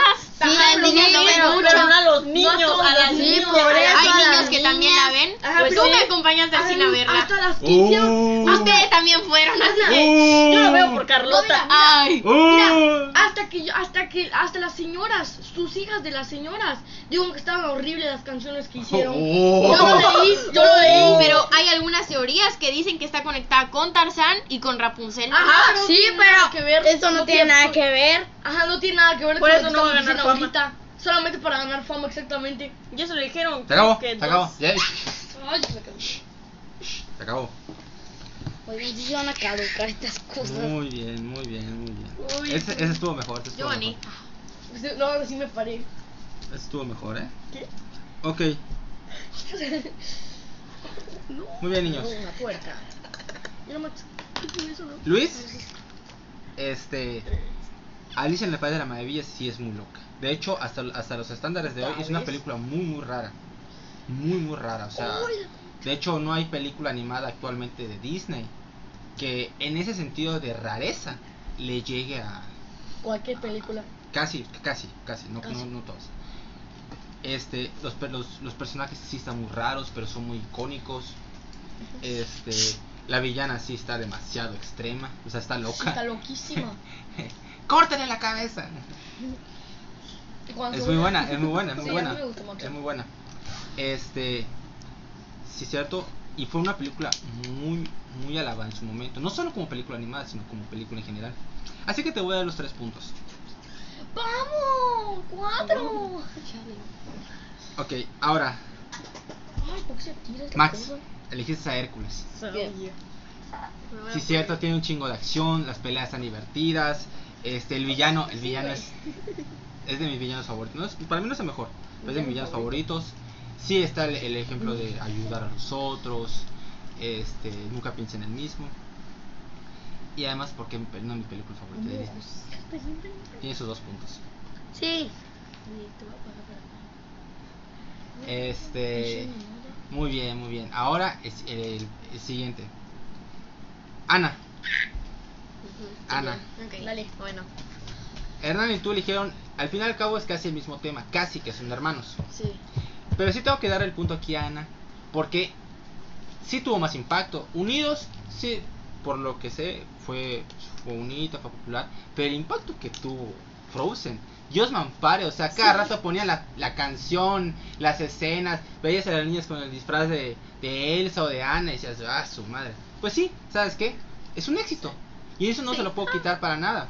Sí,
Y las
pero
niñas lo ven
Pero,
mucho.
pero no a los niños,
todos
a las
los
niños.
niñas.
por eso
hay
a
niños
las
que también la
niñas-
ven.
Ajá,
pues
pero
tú
sí.
me acompañas al cine a verla.
Hasta las 15
Uh.
Ustedes también fueron.
Yo lo veo por Carlota.
Ay.
Uh.
Hasta que yo- hasta que hasta las señoras, sus hijas de las señoras, digo que estaban horribles las canciones que hicieron.
Oh.
Yo lo leí, yo lo leí.
eh, Pero hay algunas teorías que dicen que está conectada con Tarzán y con Rapunzel.
Ajá, no
Sí,
tiene
pero
nada que ver.
Esto no, tiene nada que ver.
Ajá, no tiene nada que ver
Por
con
eso no va a
lo que estamos
ganar
diciendo ahorita. Solamente para ganar fama, exactamente.
Ya se lo dijeron.
Se acabó,
creo que
se acabó.
dos.
Ya,
Ay, me cago.
se acabó.
Oigan, sí se van a caducar estas cosas.
Muy bien, muy bien, muy bien.
Uy.
Ese, ese estuvo mejor. Ese
Yo
estuvo
gané.
mejor.
Sí, No, ahora sí me paré.
Ese estuvo mejor, ¿eh?
¿Qué?
Ok.
[LAUGHS]
Muy bien, niños.
Una puerta. Yo no me- ¿qué fue eso, no?
Luis, este. Alicia en el País de la Maravilla sí es muy loca. De hecho, hasta, hasta los estándares de hoy es una película muy, muy rara. Muy, muy rara. O sea, de hecho, no hay película animada actualmente de Disney que en ese sentido de rareza le llegue a,
Cualquier película.
Casi, casi, casi, no,
Casi.
no, no todos. Este, los, per- los, los personajes sí están muy raros, pero son muy icónicos. Este, la villana sí está demasiado extrema, o sea, está
Sí, Está
loca.
[LAUGHS] loquísima.
¡Córtale la cabeza!
Y cuando
Es
se
muy
vuelve-
buena, es muy buena, es muy
Sí, a mí
buena.
me gustó mucho.
Es muy buena. Este, sí, cierto, y fue una película muy, muy alabada en su momento. No solo como película animada, sino como película en general. Así que te voy a dar los tres puntos.
¡Vamos! ¡Cuatro!
Ok, ahora,
Ay, ¿por qué se tira esta
Max,
cosa?
elegiste a Hércules.
Se lo-
Sí, cierto, tiene un chingo de acción, las peleas están divertidas. Este, el villano, el villano es, es de mis villanos favoritos. No es- para mí no es el mejor, pero es de mis villanos favoritos. Sí está el, el ejemplo de ayudar a los otros, este, nunca piensa en el mismo. Y además porque mi pel- no es mi película favorita de Disney. Tiene esos dos puntos.
Sí.
Este, muy bien, muy bien. Ahora es el, el siguiente. Ana, Ana.
Dale.
Bueno.
Hernán y tú eligieron, al final y al cabo es casi el mismo tema, casi que son hermanos.
Sí.
Pero sí tengo que dar el punto aquí a Ana, porque sí tuvo más impacto. Unidos, sí, por lo que sé, fue, fue bonito, fue popular, pero el impacto que tuvo Frozen, Dios me ampare, o sea, cada rato ponía la, la canción, las escenas, veías a las niñas con el disfraz de, de Elsa o de Ana y decías, ah, su madre. Pues sí, ¿sabes qué? Es un éxito. Y eso no se lo puedo quitar para nada.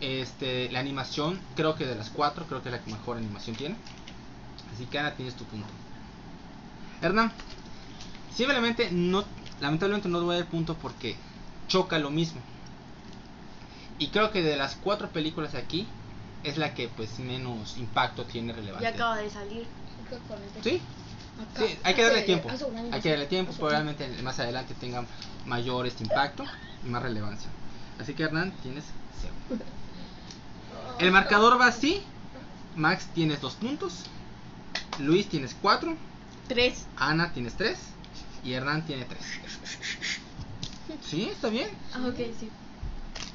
Este, la animación, creo que de las cuatro, creo que es la que mejor animación tiene. Así que Ana, tienes tu punto. Hernán, simplemente no, lamentablemente no te voy a dar punto porque choca lo mismo. Y creo que de las cuatro películas de aquí es la que pues menos impacto tiene relevante.
Ya acaba de salir.
este.
Sí, sí, hay que darle tiempo. Hay que darle tiempo, probablemente más adelante tenga mayor este impacto y más relevancia. Así que Hernán, tienes cero. El marcador va así. Max tienes dos puntos. Luis tienes 4,
Tres.
Ana tienes 3 y Hernán tiene 3. Sí, está bien.
Ah, ok, sí.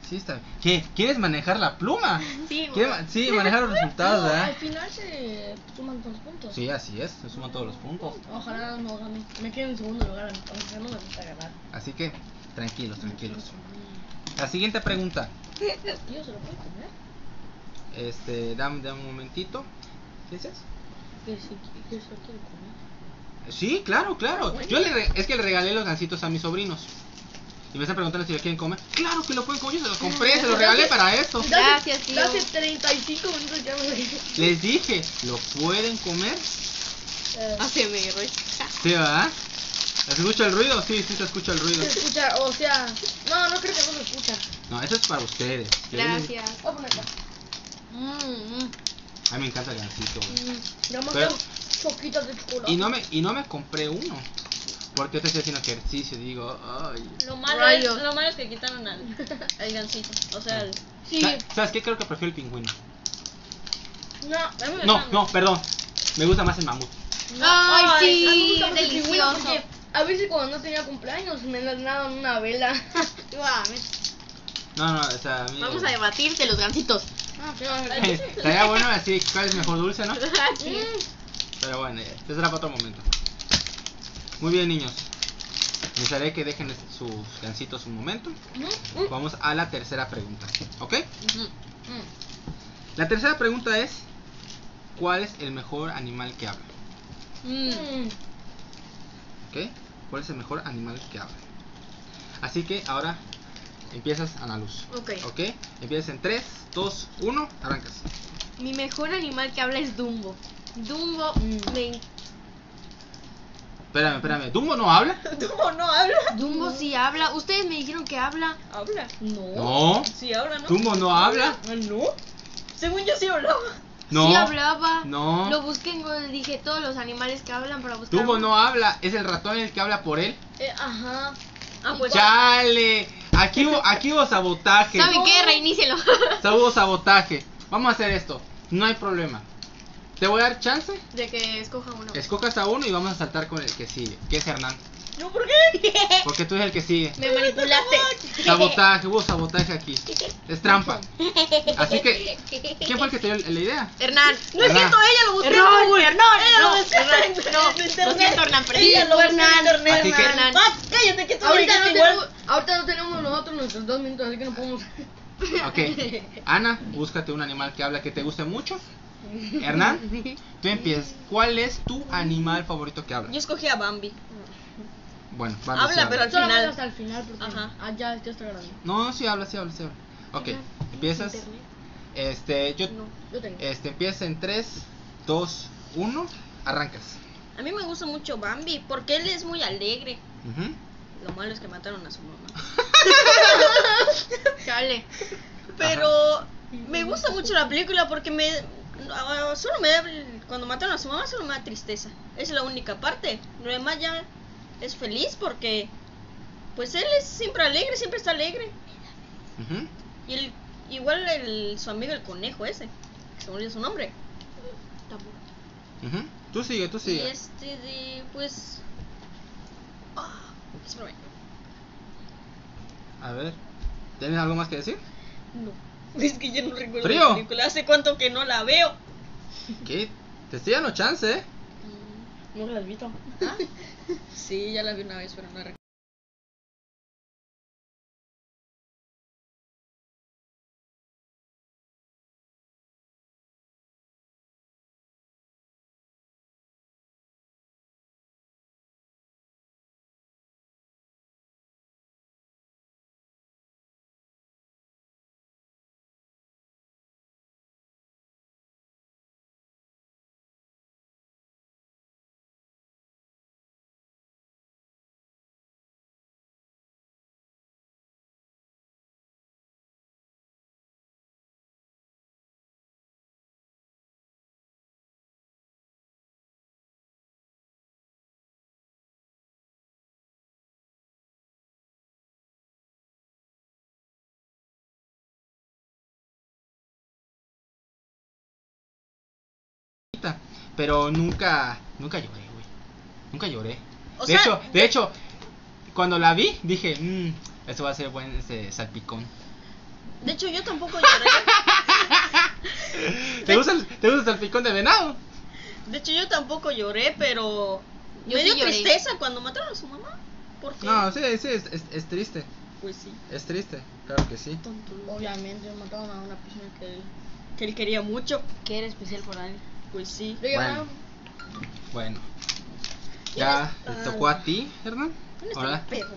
Sí, está bien. ¿Qué? ¿Quieres manejar la pluma?
Sí,
¿Quieres ma- sí, manejar los
[LAUGHS]
resultados,
Pero
¿verdad?
al final se suman todos los puntos.
¿eh? Sí, así es, se suman todos los puntos.
Ojalá no gane. Me quedo en segundo lugar, aunque no me gusta ganar.
Así que, tranquilos, tranquilos. La siguiente pregunta.
Yo se lo puedo comer.
Este, dame, dame un momentito. ¿Qué dices?
Que si que se lo quiero comer.
Sí, claro, claro. Yo le re- es que le regalé los gancitos a mis sobrinos. Y me están preguntando si lo quieren comer. Claro que lo pueden comer, yo se los compré, se los regalé para esto.
Gracias, tío.
Hace 35 minutos ya me
[LAUGHS]
voy.
Les dije, lo pueden comer.
Haceme, güey.
Sí, ¿verdad? ¿Se escucha el ruido? Sí, sí se escucha el ruido.
Se escucha, o sea, no, no creo que no se escucha.
No, eso es para ustedes. Yo les-
Gracias.
Voy a ponerla.
Mm, mm,
A mí me encanta el gancito. güey.
mm.
Ya más
Pero-
choquitas de chocolate.
Y no me, y no me compré uno. Porque este estoy haciendo ejercicio, digo, ay.
Lo malo, es,
Rayos.
lo malo es que quitaron al, al gancito. O sea, al-
Sí,
Sa- ¿Sabes qué? Creo que prefiero el pingüino.
no.
dame el
No,
mango.
no, perdón. Me gusta más el mamut.
Ay, sí,
a mí me gusta mucho el pingüino
delicioso.
porque A veces cuando no tenía cumpleaños me daban una vela.
No, no, o sea, a mí.
Vamos a debatirte los gancitos.
[LAUGHS] Estaría bueno así, ¿cuál es mejor dulce,
[LAUGHS]
no?
Sí.
Pero bueno, ya, eso será para otro momento. Muy bien, niños. Les haré que dejen sus gancitos un momento. Vamos a la tercera pregunta, ¿ok? La tercera pregunta es: ¿Cuál es el mejor animal que habla?
Mm.
¿Ok? ¿Cuál es el mejor animal que habla? Así que ahora empiezas a la luz.
Ok.
¿Ok? Empiezas en 3, 2, 1, arrancas.
Mi mejor animal que habla es Dumbo. Dumbo me en-
Espérame, espérame. ¿Dumbo no habla?
¿Cómo no habla?
Dumbo sí habla. Ustedes me dijeron que habla.
Habla.
No.
Sí, ahora no.
¿Dumbo no habla?
Ah, no. Según yo sí hablaba.
No.
Sí hablaba.
No.
Lo busqué en Google, dije todos los animales que hablan para buscar.
Dumbo
uno.
no habla, es el ratón el que habla por él.
Eh, ajá.
Ah, pues
¡Chale! Aquí hubo, aquí hubo sabotaje.
¿Saben qué? Reinícielo.
Sa- Hubo sabotaje. Vamos a hacer esto. No hay problema. Te voy a dar chance.
[LAUGHS] De que escoja uno.
Escojas a uno y vamos a saltar con el que sigue, que es Hernán.
¿No por qué? [LAUGHS]
Porque tú eres el que sigue.
Me manipulaste.
Sabotaje, hubo sabotaje aquí. Es trampa. Así que, ¿quién fue el que te dio la idea?
Hernán.
No es
Hernán.
cierto, ella lo buscó en
Error,
Google.
Hernán,
Ella
no,
lo buscó
Hernán,
en-
no.
en internet.
Lo siento, Hernán, perdí.
Ella lo buscó en internet,
Así que-
Hernán. Ah, cállate, que tú
Ahorita
dijiste
no,
igual.
tenemos, ahorita no tenemos nosotros nuestros dos minutos, así que no podemos.
Ok. Ana, búscate un animal que habla que te guste mucho.
[LAUGHS]
Hernán, tú empiezas. ¿Cuál es tu animal favorito que habla?
Yo escogí a Bambi.
Bueno, vamos
Habla, pero al
Solamente
final.
hasta el final, porque
Ajá.
ah, ya, ya está grande.
No, sí habla, sí habla, sí habla. Ok, empiezas. Este, yo.
Yo tengo.
Este, empieza en 3, 2, 1. Arrancas.
A mí me gusta mucho Bambi porque él es muy alegre.
Ujú.
Lo malo es que mataron a su mamá.
Chale.
Pero me gusta mucho la película porque me. ah, Solo me da. Cuando mataron a su mamá, solo me da tristeza. Es la única parte. Lo demás ya es feliz porque. Pues él es siempre alegre, siempre está alegre.
Ujú.
Y el, igual el, su amigo el conejo ese, que se me olvidó su nombre.
Ujú. Tú sigue, tú
Y
sigue.
este de, pues... ah, espérame.
A ver. ¿Tienes algo más que
[LAUGHS]
decir?
No, [LAUGHS] es que yo no recuerdo
Frío.
la película, hace cuánto que no la veo.
¿Qué? Te estoy dando chance, ¿eh?
No las visto.
Sí, ya la vi una vez, pero no la recuerdo.
pero nunca, nunca lloré, güey. Nunca lloré.
O
de
sea-
hecho, de hecho, cuando la vi, dije, mmm, eso va a ser buen este, salpicón.
De hecho, yo tampoco [LAUGHS] lloré.
¿Te gusta, el, ¿Te gusta el salpicón de venado?
De hecho, yo tampoco lloré, pero
Yo
me
sí
dio
lloré.
tristeza cuando mataron a su mamá. ¿Por qué?
No, sí, sí, es, es- es triste.
Pues sí,
Es triste, claro que sí.
tonto.
Obviamente mataron a una persona que,
Que él quería mucho.
que era especial por alguien.
Pues sí.
Bueno, bueno. ya
¿Quién
te
es?
tocó a ti, Hernán.
¿Dónde está
Ahora
el perro?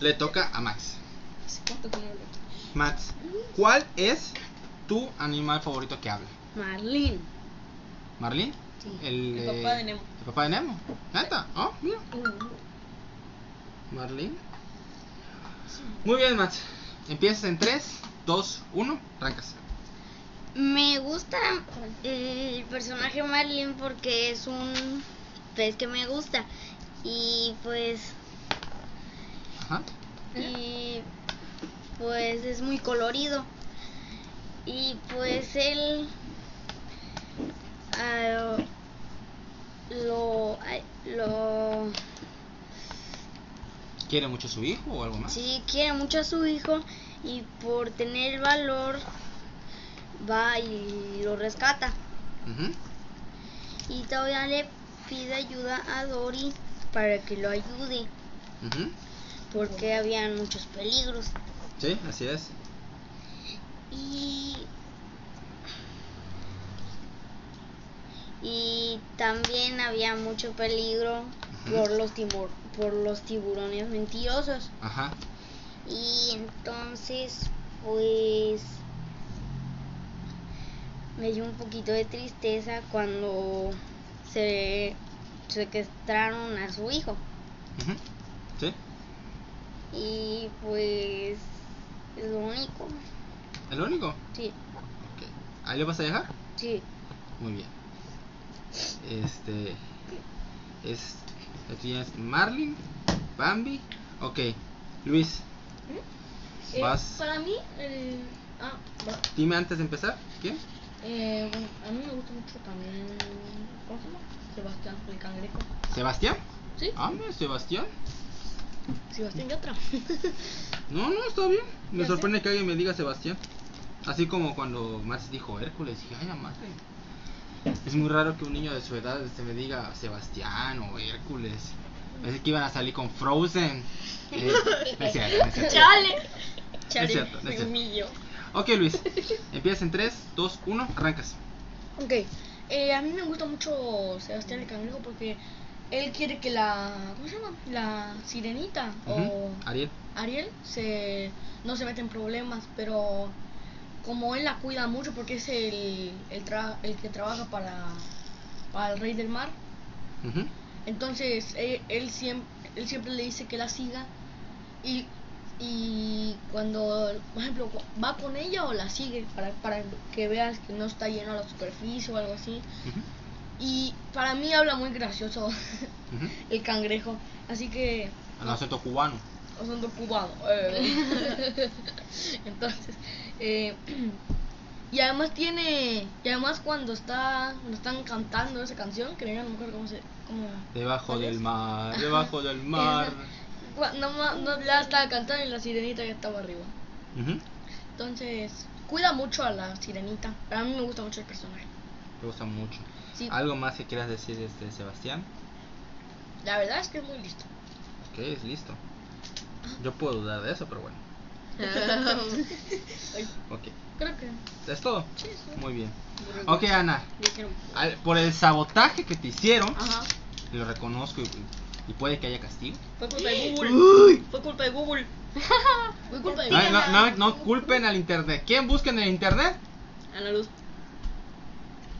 le toca a Max. Max, ¿cuál es tu animal favorito que habla?
Marlene.
¿Marlene? El,
El
eh,
papá de Nemo.
El papá de Nemo. Neta. Oh, mira. Marlene. Muy bien, Max. Empiezas en 3, 2, 1. Arrancas.
Me gusta eh, el personaje Marlin porque es un pez que me gusta. Y pues.
Ajá.
y, pues es muy colorido. Y pues él. ah, lo. ay, lo.
¿Quiere mucho su hijo o algo más?
Sí, quiere mucho a su hijo y por tener el valor va y lo rescata.
Ujú.
Y todavía le pide ayuda a Dory para que lo ayude
Ujú.
porque habían muchos peligros.
Sí, así es.
Y y también había mucho peligro por los timor- por los tiburones mentirosos.
Ajá.
Y entonces, pues, me dio un poquito de tristeza cuando se secuestraron a su hijo.
Ujú. Sí.
Y pues, es lo único.
¿El único?
Sí,
Ok. ¿Ahí lo vas a dejar?
sí.
Muy bien. Este. Es. Aquí es Marlin, Bambi. Ok, Luis. Vas.
¿Mm? Eh, Para mí, el- ah, va.
Dime antes de empezar. ¿Quién?
Eh, bueno, a mí me gusta mucho también. ¿Cómo se llama? Sebastián, el cangrejo.
¿Sebastián?
Sí.
Ah, mira, Sebastián.
Sebastián Yatra.
[LAUGHS] No, no, está bien. Me
Ya sé.
sorprende que alguien me diga Sebastián. Así como cuando Max dijo Hércules. Dije, ay, la madre. Es muy raro que un niño de su edad se me diga Sebastián o Hércules. Pensé que iban a salir con
[LAUGHS]
Frozen. Eh, no es cierto, no es cierto.
Chale,
Es cierto, es
me
cierto.
humillo.
Ok, Luis. Empiezas en 3, 2, 1, arrancas.
Ok, eh, a mí me gusta mucho Sebastián el Cangrejo porque él quiere que la. ¿Cómo se llama? La sirenita
Ujú,
o
Ariel.
Ariel se, no se mete en problemas, pero como él la cuida mucho porque es el, el, tra- el que trabaja para, para el rey del mar,
Ujú,
entonces él, él, siem- él siempre le dice que la siga y, y cuando, por ejemplo, cu- va con ella o la sigue para, para que veas que no está lleno a la superficie o algo así.
ujú,
Y para mí habla muy gracioso [LAUGHS]
ujú.
el cangrejo, así que
Al acento cubano.
o son dos cubanos. eh. [LAUGHS] Entonces, eh, [CLEARS THROAT] y además tiene, y además cuando está, cuando están cantando esa canción, que no me acuerdo cómo se, cómo,
Debajo
¿Cuál
del
es?
mar, debajo del mar.
cua- no, ma- no, la estaba cantando y la sirenita ya estaba arriba.
Ujú.
Entonces, cuida mucho a la sirenita. Pero a mí me gusta mucho el personaje.
Me gusta mucho.
Sí,
¿Algo más que quieras decir, este, Sebastián?
la verdad es que es muy listo.
Ok, es listo. Yo puedo dudar de eso, pero bueno. [LAUGHS] Ok,
Creo que
¿es todo? Muy bien. Ok, Ana, al- por el sabotaje que te hicieron,
Ajá.
lo reconozco y, y puede que haya castigo.
Fue culpa de Google.
Uh.
Fue culpa de Google.
Fue culpa de
No, no, no, no culpen al internet. ¿Quién busca en el internet?
A la luz.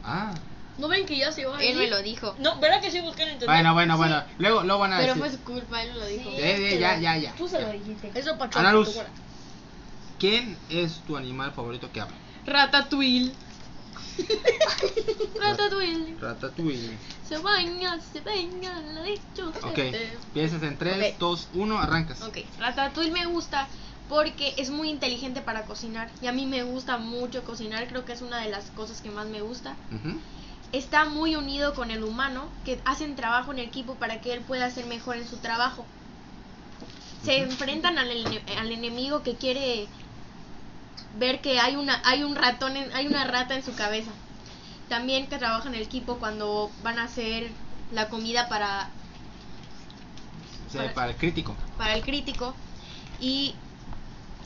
Ah,
¿No ven que ya se va a
Él me
ir?
lo dijo.
No, ¿verdad que sí busqué en internet?
bueno, bueno, bueno. Luego, luego van a
Pero pues,
decir.
fue su culpa, él me lo dijo.
Eh, eh, ya, ya, ya.
se lo dijiste.
Eso para
Ana Luz.
Choco,
¿Quién es tu animal favorito que habla?
Ratatouille. [LAUGHS] Ratatouille.
Ratatouille.
Se baña, se baña, la dicho.
Ok, piensas en 3,
Ok.
2, 1, arrancas.
Ok, Ratatouille me gusta porque es muy inteligente para cocinar y a mí me gusta mucho cocinar, creo que es una de las cosas que más me gusta.
Ujú.
está muy unido con el humano, que hacen trabajo en equipo para que él pueda ser mejor en su trabajo. Se enfrentan al, ene- al enemigo que quiere ver que hay una hay un ratón en- hay una rata en su cabeza. También que trabajan en el equipo cuando van a hacer la comida para
O sea, para el crítico.
para el crítico y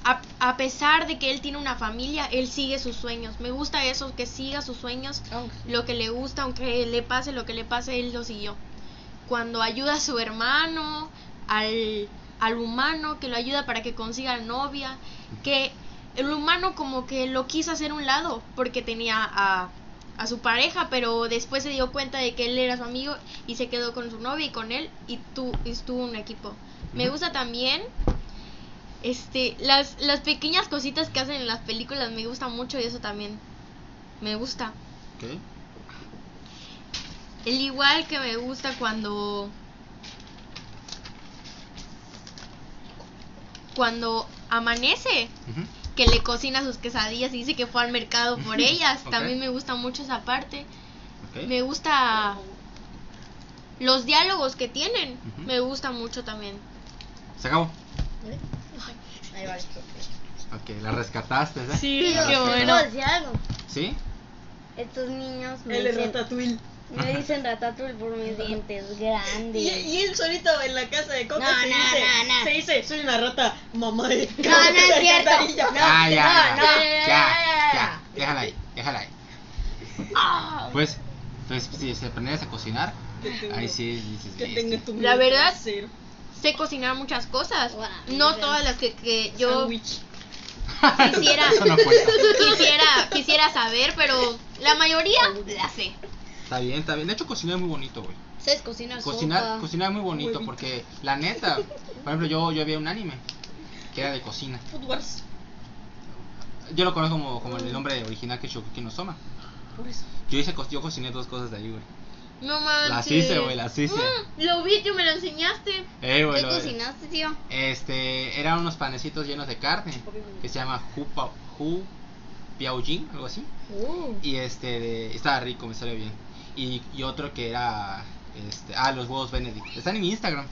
a, a pesar de que él tiene una familia, él sigue sus sueños. Me gusta eso, que siga sus sueños, lo que le gusta, aunque le pase lo que le pase, él lo siguió. Cuando ayuda a su hermano, al, al humano, que lo ayuda para que consiga novia, que el humano como que lo quiso hacer a un lado porque tenía a, a su pareja, pero después se dio cuenta de que él era su amigo y se quedó con su novia y con él y tú estuvo un equipo. Me gusta también este las las pequeñas cositas que hacen en las películas me gusta mucho y eso también me gusta.
Ok.
El igual que me gusta cuando cuando amanece
Ujú.
que le cocina sus quesadillas y dice que fue al
[LAUGHS]
mercado por ellas.
Ok.
También me gusta mucho esa parte.
Ok.
Me gusta los diálogos que tienen.
Ujú.
Me gusta mucho también.
Se acabó.
Ahí va.
Ok, la rescataste, ¿verdad?
Sí, qué
¿Puedo
bueno.
decir algo?
¿Sí?
Estos niños me
Él es
dicen,
Ratatouille.
me dicen ratatouille por mis dientes
[LAUGHS] Y,
grandes.
y él solito en la casa de Coco
No,
se,
no,
dice,
no, no.
se dice, soy una rata mamá [LAUGHS] de
No, no es cierto.
Alcantarilla".
No,
ah, ya, ya,
no, no,
ya,
no,
ya,
no,
ya, déjala ahí, déjala ahí.
Ah.
Pues, pues si se aprendes a cocinar, ahí sí dices,
Que tenga
este,
tu
La
miedo,
verdad,
cero.
Sé cocinar muchas cosas.
Guau,
No
mira.
todas las que, que yo
Sándwich.
quisiera,
eso no cuenta.
quisiera, quisiera saber, pero la mayoría la sé.
Está bien, está bien. De hecho, cocinar es muy bonito, güey.
¿Sabes cocinar
Cocinar,
sopa?
cocinar es muy bonito
Huevito.
porque, la neta, por ejemplo, yo, yo había un anime que era de cocina.
Food Wars.
Yo lo conozco como, como el nombre original que es Shokugeki no Soma.
Por eso.
Yo, hice, co- yo cociné dos cosas de ahí, güey.
No manches.
Las hice, güey, las hice.
Mm, lo vi, tú me lo enseñaste.
Eh, güey,
¿Qué
lo-
cocinaste, tío?
Este, eran unos panecitos llenos de carne que se llama Hu, Pao- Hu Piaojin, algo así.
Uh.
Y este, de- estaba rico, me salió bien. Y, y otro que era, este, ah, los huevos Benedict. Están en mi Instagram.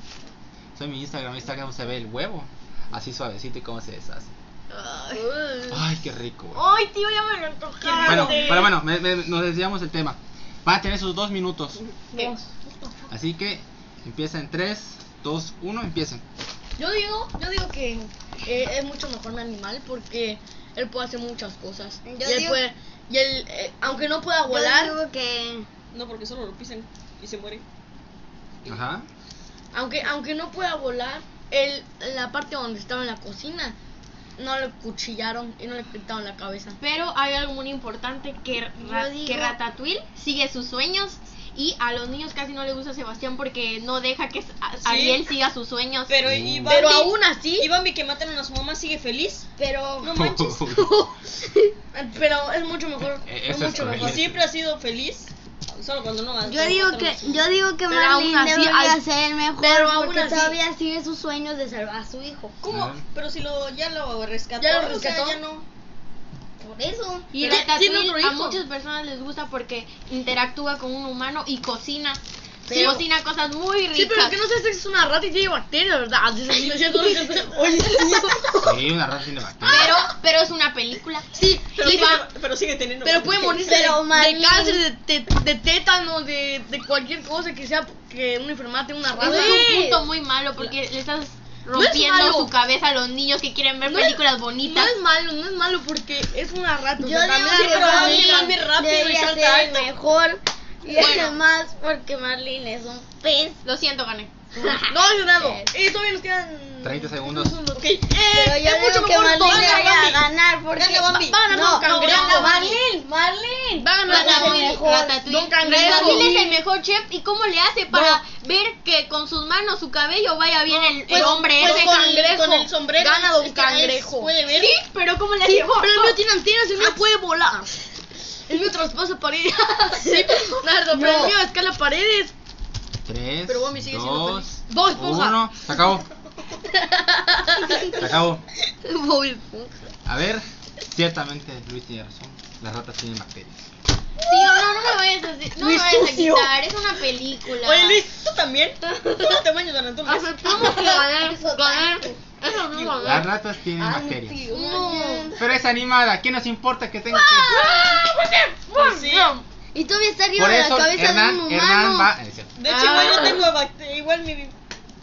Soy mi Instagram, en Instagram se ve el huevo, así suavecito y cómo se deshace.
Ay,
Ay, qué rico, güey.
Ay, tío, ya me lo antojaste.
Bueno, pero bueno, me- me- nos desviamos del tema. Van a tener sus dos minutos.
¿Qué?
Así que empieza en 3, 2, 1, empiecen.
Yo digo, yo digo que eh, es mucho mejor un animal porque él puede hacer muchas cosas.
Yo
y él
digo-
puede- y él, eh, aunque no pueda
pues,
Yo
volar,
digo que...
No, porque solo lo pisan y se mueren.
Mm. Ajá.
aunque aunque no pueda volar, él la parte donde estaba en la cocina no le cuchillaron y no le pintaron la cabeza.
Pero hay algo muy importante que, ra-
Yo digo-
que Ratatouille sigue sus sueños y a los niños casi no les gusta Sebastián porque no deja que a-
Sí.
Ariel siga sus sueños.
Pero,
Mm.
y Bambi,
Pero aún así,
¿Y Bambi que mataron a su mamá sigue feliz?
pero
No manches. Eh,
pero es mucho mejor,
Eh,
es
eso es
mucho mejor.
¿O siempre ha sido feliz? Solo cuando no va
Yo digo que, yo digo que
Pero
Marlene
aún así
debería
hay-
ser mejor
pero aún
porque
así-
todavía sigue sus sueños de salvar a su hijo.
¿Cómo?
Ajá.
Pero si lo, ya lo rescató.
Ya lo
o sea,
rescató.
ya no.
Por eso.
Y
Pero tiene otro
Ratatouille a
hijo.
muchas personas les gusta porque interactúa con un humano y cocina.
Pero-
Cocina cosas muy ricas.
Sí, pero que no sé si es una rata y tiene bacterias, ¿verdad? Así se- así se- Oye,
[LAUGHS] Sí, una raza tiene bacterias.
Pero, pero es una película.
sí,
Pero,
y
sigue,
va-
pero sigue teniendo.
pero
[LAUGHS]
puede morirse
Pero,
de- de,
Marlene.
cáncer, de, te- de tétano, de, de cualquier cosa que sea que una enfermedad tenga una rata.
Eso es un punto muy malo porque le estás
No es
rompiendo
malo.
su cabeza a los niños que quieren ver
No es-
películas
No
bonitas.
es malo, no es malo porque es una rata. o
Yo
sea,
digo
Pues
que
también la rata
Bambi Bambi
es
Marlene
linda.
rápido y
debería
salta
ser
alto.
mejor y
Bueno.
además porque Marlene es un
Eh,
pez.
Lo siento, gané.
No, Leonardo. Y todavía nos quedan
30 segundos.
Ok, eh,
Pero yo
es mucho
digo que
mejor
Marlene
todavía,
debería
Bambi.
ganar porque
Gana Bambi.
Va, va a ganar
No,
Don
no,
Cangrejo.
gana Bambi.
Marlene, Marlene.
Va a ganar
Ratatouille,
Bambi.
mejor.
Ratatouille.
Don Cangrejo.
Ratatouille es el mejor chef y cómo le hace para ver que con sus manos, su cabello vaya bien el, el
Pues-
hombre
pues
ese
con-
cangrejo.
con el sombrero.
Gana Don
Es que
Cangrejo.
puede ver.
Sí, pero cómo le hace. Ah.
Sí, pero el mío tiene antenas, el mío puede volar. El mío traspasa paredes. Sí, Nardo, pero el mío escala paredes.
3,
Pero Bambi sigue siendo
2,
Bob Esponja.
1. Se acabó. Se acabó.
Bob Esponja.
A ver, ciertamente Luis tiene razón. Las ratas tienen bacterias.
[LAUGHS] Sí, no, no, no me vayas a, hacer- no me
Luis
vayas a
sucio.
quitar, es una película.
Oye, Luis, ¿tú también? ¿Tú no
[LAUGHS]
te bañas durante un
Ah,
mes?
Aceptamos que gané, gané. Eso no es
Las
gané.
ratas tienen bacterias.
No.
Pero es animada, ¿qué nos importa que tenga que.?
Pues sí.
Y todavía está arriba
Por
de la
eso
cabeza
Hernán,
de un humano.
Hernán va. es cierto.
De hecho, igual
Ah.
yo tengo bact- igual mi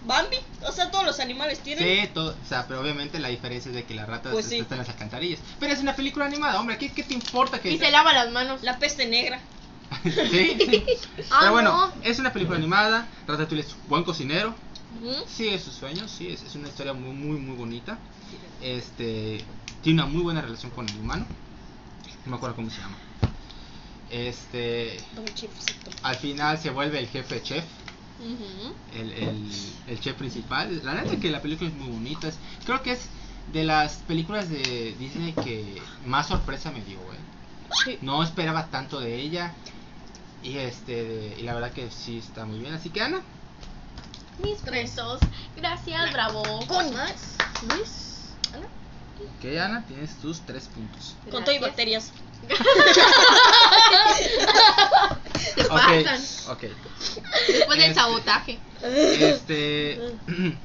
Bambi. O sea, todos los animales tienen.
Sí, todo, o sea, pero obviamente la diferencia es de que las ratas
Pues sí.
están en las alcantarillas. Pero es una película animada, hombre, ¿qué, qué te importa que.?
Y se lava las manos.
La peste negra.
[LAUGHS] sí.
[LAUGHS] Ah,
Pero bueno,
no.
es una película animada. Ratatouille es un buen cocinero.
Ujú.
Sigue sus sueños, sí, es, es una historia muy, muy, muy bonita. Este. Tiene una muy buena relación con el humano. No me acuerdo cómo se llama. Este.
Don Chifrecito.
Al final se vuelve el jefe chef. el, el, el chef principal. La neta que la película es muy bonita. es- creo que es de las películas de Disney que más sorpresa me dio, güey. No esperaba tanto de ella. Y este y la verdad que sí está muy bien. Así que Ana,
Mis besos. Gracias, bravo. Luis.
que Ana tienes tus tres puntos.
Con todo y bacterias.
Ok, ok.
Después del
Este.
sabotaje.
Este [CLEARS THROAT]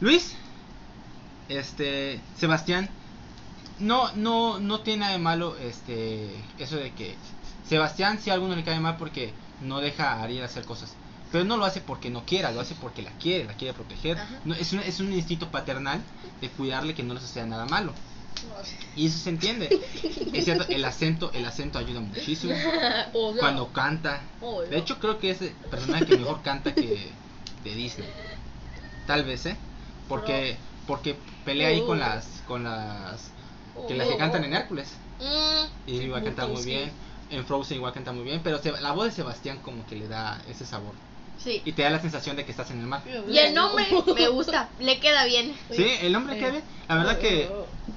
Luis, este Sebastián, no, no, no tiene nada de malo este eso de que Sebastián si a alguno le cae mal porque no deja a Ariel hacer cosas, pero no lo hace porque no quiera, lo hace porque la quiere, la quiere proteger, No, es un, es un instinto paternal de cuidarle que no le suceda nada malo. Y eso se entiende. Es cierto, el acento, el acento ayuda muchísimo cuando canta. De hecho, creo que es el personaje que mejor canta que de Disney. Tal vez, ¿eh? Porque porque pelea ahí con las con las que las que cantan en Hércules.
Mm,
Y igual canta muy bien. En Frozen igual canta muy bien, pero se- la voz de Sebastián como que le da ese sabor
Sí.
y te da la sensación de que estás en el mar.
Y el nombre me gusta, le queda bien.
Sí, el hombre que ve, la verdad que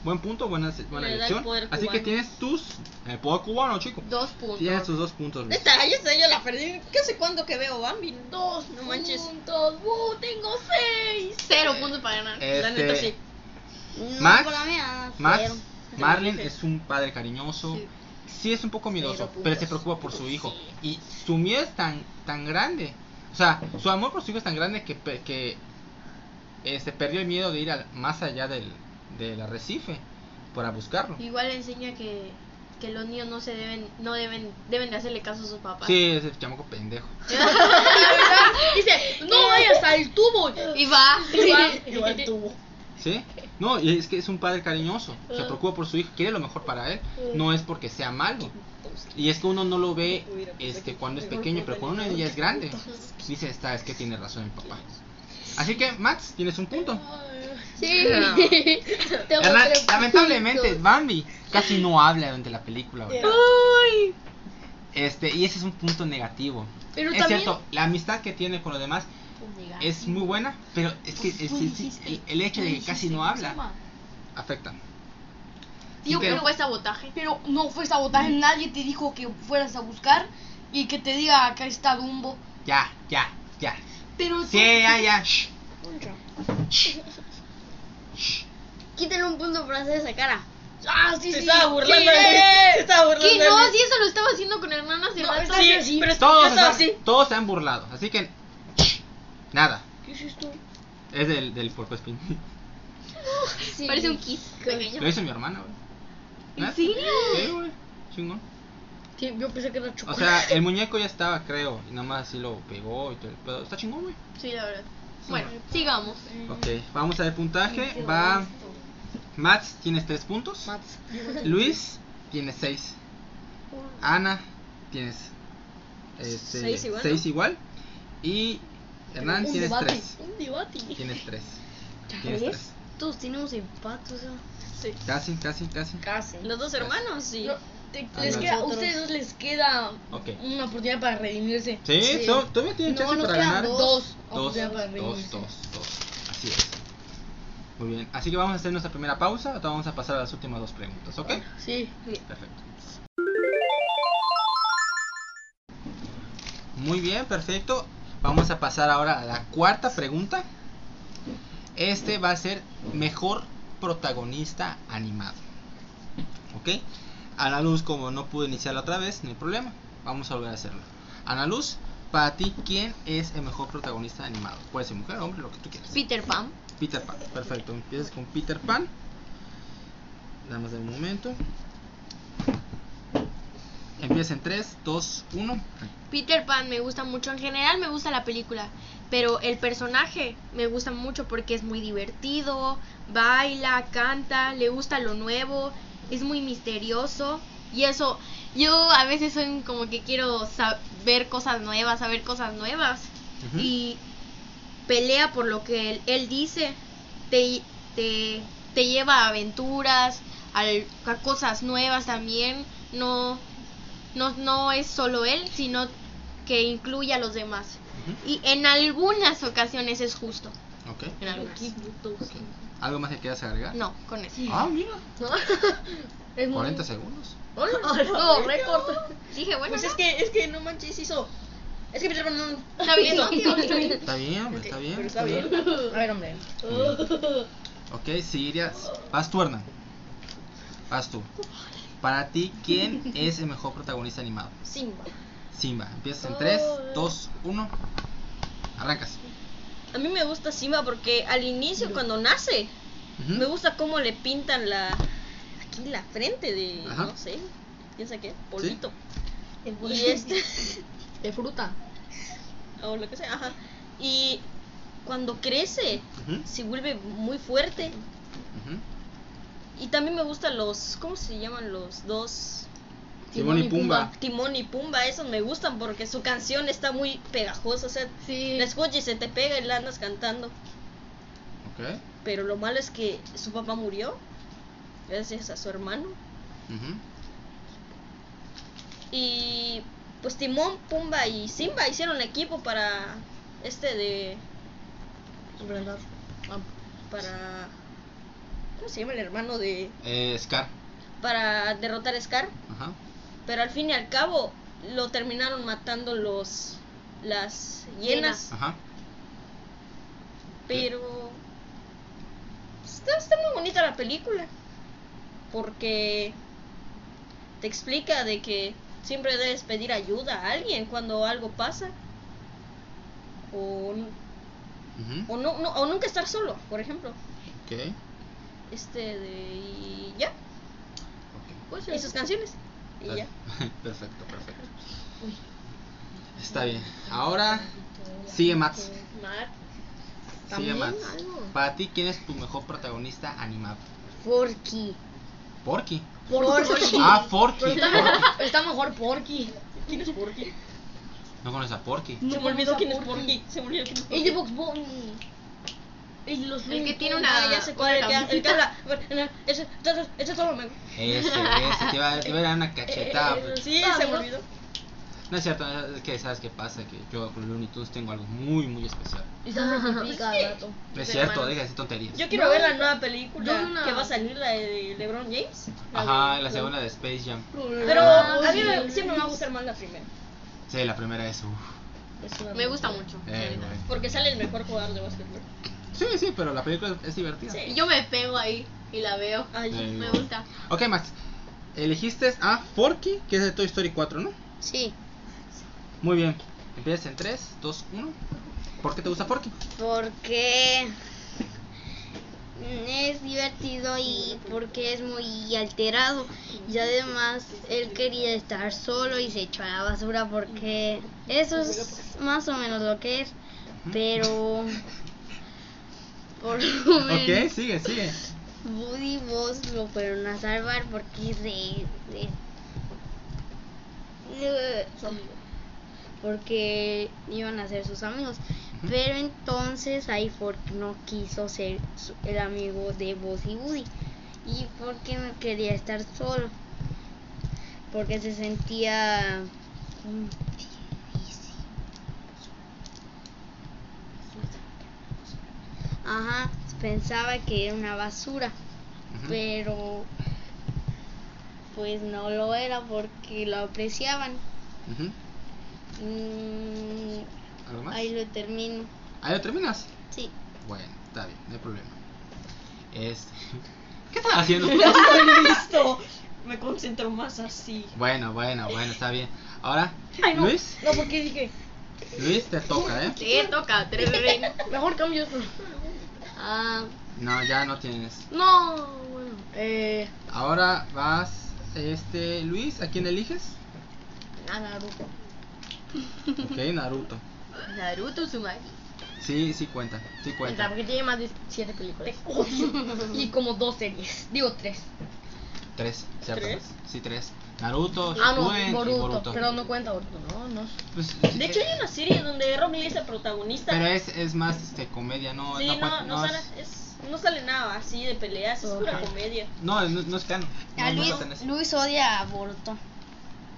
buen punto, buena buena
Le da el
elección.
poder
Así que
cubano.
tienes tus el poder cubano, chico.
Dos puntos.
Tienes tus dos puntos. Luis.
Neta, ya sé, yo la perdí. ¿Qué sé cuándo que veo Bambi?
Dos
No manches.
puntos. ¡Uh, tengo seis. Cero puntos para ganar.
La neta,
Este,
sí.
No,
Max,
para mí, ah,
Max,
cero.
Marlin es un padre cariñoso. Sí es un poco miedoso,
Cero
pero pues, se
puntos.
preocupa por su hijo. Y su miedo es tan, tan grande. O sea, su amor por su hijo es tan grande que, pe- que este, perdió el miedo de ir al, más allá del, del arrecife para buscarlo.
Igual enseña que, que los niños no se deben, no deben, deben de hacerle caso a sus papás.
Sí, es el chamaco pendejo.
Dice, no vayas al tubo. Y va.
Igual tuvo.
¿Sí? No, y es que es un padre cariñoso. Se
Ah.
preocupa por su hijo, quiere lo mejor para él. No es porque sea malo. Y es que uno no lo ve este, cuando es pequeño, pero cuando uno ya es grande, dice, esta es que tiene razón el papá. Así que, Max, tienes un punto.
Sí. [LAUGHS] Tengo
Hernán,
tres
lamentablemente,
puntos.
Bambi casi no habla durante la película. güey. Este, y ese es un punto negativo.
Pero
es
también-
cierto, la amistad que tiene con los demás es muy buena, pero es que es- es- es- el, el hecho de que casi no habla afecta. Pero-
Tío,
Mm.
pero
pues.
fue sabotaje.
Pero no fue sabotaje, nadie te dijo que fueras a buscar y que te diga "Ah, acá está Dumbo.
Ya, ya, ya.
Pero
Sí, ya, ya. shh. Shh.
Quítale un punto para hacer esa cara.
Ah, sí,
Se
sí.
estaba burlando
Sí,
de mí. Se estaba burlando
¿Qué?
de
No,
mí.
si eso lo estaba haciendo con Hernán hace
No,
rato.
sí, pero es- yo
Todos,
estaba
se-
así.
todos se han burlado, así que shh, nada. Es del, del puerco espín.
Sí.
Parece un kiss pequeño.
Lo hizo mi hermana, güey. ¿No?
¿En serio?
Sí, güey. Chingón.
Sí, yo pensé que era
O
chocolate.
sea, el muñeco ya estaba, creo, y nada más así lo pegó y todo el pedo. Está chingón, güey.
Sí, la verdad. Bueno, sigamos.
Ok, vamos a ver puntaje. Va. Max, tienes tres puntos.
Max.
Luis, tienes seis. Ana, tienes. este,
Seis igual,
seis igual. Y Hernán,
Un
tienes
debate.
tres.
Un debate.
Tienes tres. Tienes tres.
Todos tenemos empatos.
Casi, casi, casi.
Casi.
Los dos hermanos, sí.
No, te- les queda, a ustedes dos les queda
Ok.
una oportunidad para redimirse.
Sí, to- todavía tienen
No,
chance
nos
para
quedan
ganar.
dos.
Dos,
Oportunidad para
dos,
redimirse.
dos, dos. Así es. Muy bien, así que vamos a hacer nuestra primera pausa. Ahora vamos a pasar a las últimas dos preguntas, ¿ok?
Sí.
Perfecto. Muy bien, perfecto. Vamos a pasar ahora a la cuarta pregunta. Este va a ser mejor protagonista animado. ¿Ok? Ana Luz, como no pude iniciarla otra vez, no hay problema. Vamos a volver a hacerlo. Ana Luz, para ti, ¿quién es el mejor protagonista animado? Puede ser mujer, hombre, lo que tú quieras.
Peter Pan.
Peter Pan, perfecto. Empiezas con Peter Pan. Nada más de un momento. Empieza en 3, 2, 1.
Peter Pan me gusta mucho. En general me gusta la película. Pero el personaje me gusta mucho porque es muy divertido. Baila, canta, le gusta lo nuevo. Es muy misterioso. Y eso, yo a veces soy como que quiero saber cosas nuevas, saber cosas nuevas.
Ujú.
Y pelea por lo que él, él dice. Te, te, te lleva a aventuras, al- a cosas nuevas también. No, no, no es solo él, sino que incluye a los demás.
Ujú.
Y en algunas ocasiones es justo.
Ok.
En algunas.
¿Algo más que quieras agregar?
No, con eso.
Ah,
[LAUGHS]
mira.
Es muy-
40 segundos.
No, récord.
Dije, bueno,
Pues
no.
es que, es que no manches, hizo. Es que Peter Pan no.
Está
[LAUGHS]
bien,
Listo,
está bien.
listo.
Está bien, hombre, está bien.
Pero está bien.
A ver, hombre.
Ok, Siria, vas tú, Hernán. Vas tú. Para ti, ¿quién es el mejor protagonista animado?
Simba.
Simba. Empiezas en 3, 2, 1. Arrancas.
A mí me gusta Simba porque al inicio, cuando nace,
Ujú.
me gusta cómo le pintan la. Aquí la frente de.
Ajá.
No sé. ¿Piensa qué? Polvito. Y este. [LAUGHS]
De fruta.
o lo que sea. Ajá. Y cuando crece,
Ujú,
se vuelve muy fuerte.
ujú.
Y también me gustan los. ¿Cómo se llaman los dos?
Timón y Pumba.
Timón y Pumba, esos me gustan porque su canción está muy pegajosa. O sea,
Sí.
la escuchas y se te pega y la andas cantando.
Ok.
Pero lo malo es que su papá murió. Gracias a su hermano.
ujú.
Y pues Timón, Pumba y Simba hicieron equipo para este de. Para. ¿Cómo se llama el hermano de.?
Eh, Scar.
Para derrotar a Scar.
Ajá.
Pero al fin y al cabo lo terminaron matando los. Las hienas.
Ajá.
Pero. pues, Está, está muy bonita la película. Porque. Te explica de que siempre debes pedir ayuda a alguien cuando algo pasa. O
ujú,
O, no, no- o nunca estar solo, por ejemplo.
Ok.
Este de. Y ya.
ok.
Pues
y sus canciones. Y ya.
[LAUGHS] Perfecto, perfecto. Está bien. Ahora sigue Max. Sigue Max. Para ti, ¿quién es tu mejor protagonista animado?
Forky.
Porky.
Forky.
Ah, Forky. Porky.
Está mejor Porky.
¿Quién es Porky?
No conoces a Porky.
Se me olvidó quién es Porky. Se me olvidó quién es
Es
Porky.
de Box Bunny. El, los
El que
Looney
tiene
Tunes.
una-
Ah, ya sé cuál, el que, el que habla. Bueno, Ese, ese- ese solo me. eh,
Ese, ese. Te iba, te iba a dar una cachetada.
[LAUGHS]
pero-
Sí, se me olvidó.
No es cierto, es que sabes qué pasa. Que yo con Looney Tunes tengo algo muy, muy especial.
Y se sacrifica al gato.
No es cierto, deja de hacer tonterías.
Yo quiero ver la nueva
yo
película
vi una-
que va a salir, la de LeBron James.
Ajá, la segunda de Space Jam.
Pero a mí me- siempre me va a gustar más la primera.
Sí, la primera es. uf.
Me gusta mucho.
Eh, güey.
Porque sale el mejor jugador de básquetbol.
Sí, sí, pero la película es divertida.
Sí.
Y Yo me pego ahí y la veo.
Ay,
Eh,
Me
güey.
gusta.
Ok, Max. Elegiste a Forky, que es de Toy Story 4, ¿no?
Sí.
Muy bien. Empiezas en 3, 2, 1. ¿Por qué te gusta Forky?
Porque es divertido y porque es muy alterado. Y además él quería estar solo y se echó a la basura porque eso es más o menos lo que es.
[LAUGHS]
Pero por lo
Ok,
menos
sigue, sigue.
Woody y Buzz lo fueron a salvar porque se... se- porque iban a ser sus amigos.
Ujú.
Pero entonces ahí Fork no quiso ser su- el amigo de Buzz y Woody. Y porque no quería estar solo. Porque se sentía... ¿cómo se dice? Ajá, pensaba que era una basura,
Ujú.
pero pues no lo era porque lo apreciaban.
Ujú.
Mm,
¿Algo más?
ahí lo termino.
Ahí lo terminas.
Sí.
Bueno, está [LAUGHS]
[LAUGHS]
bien, no hay problema. Este... ¿Qué estás haciendo? listo!
Me concentro más así.
Bueno, bueno, bueno, está bien. Ahora,
Ay, no.
Luis,
No, porque dije,
Luis te toca, ¿eh?
Sí, toca, tres ven.
mejor cambio esto. Ah,
No, ya no tienes.
no, bueno. Eh,
Ahora vas, este, Luis, ¿a quién
[LAUGHS]
eliges?
a Naruto.
Ok, Naruto.
Naruto Uzumaki.
Sí, sí cuenta, sí
Está,
cuenta.
porque tiene más de 7 películas. y como dos series. Digo tres.
Tres, ¿cierto? Sí, tres. Naruto,
Ah, no,
Shippuden y
Boruto.
Boruto.
Pero no cuenta Boruto, no, no.
Pues, sí,
De hecho, hay una serie donde Rob Lee es el protagonista.
pero es, es más este, comedia, no,
sí,
no,
no,
cuenta-
no,
no
sale,
es,
es- no sale nada así de peleas, es pura
Ok.
comedia.
no, no, no es canon.
A
No, no
Luis,
está en ese.
Luis odia a Boruto.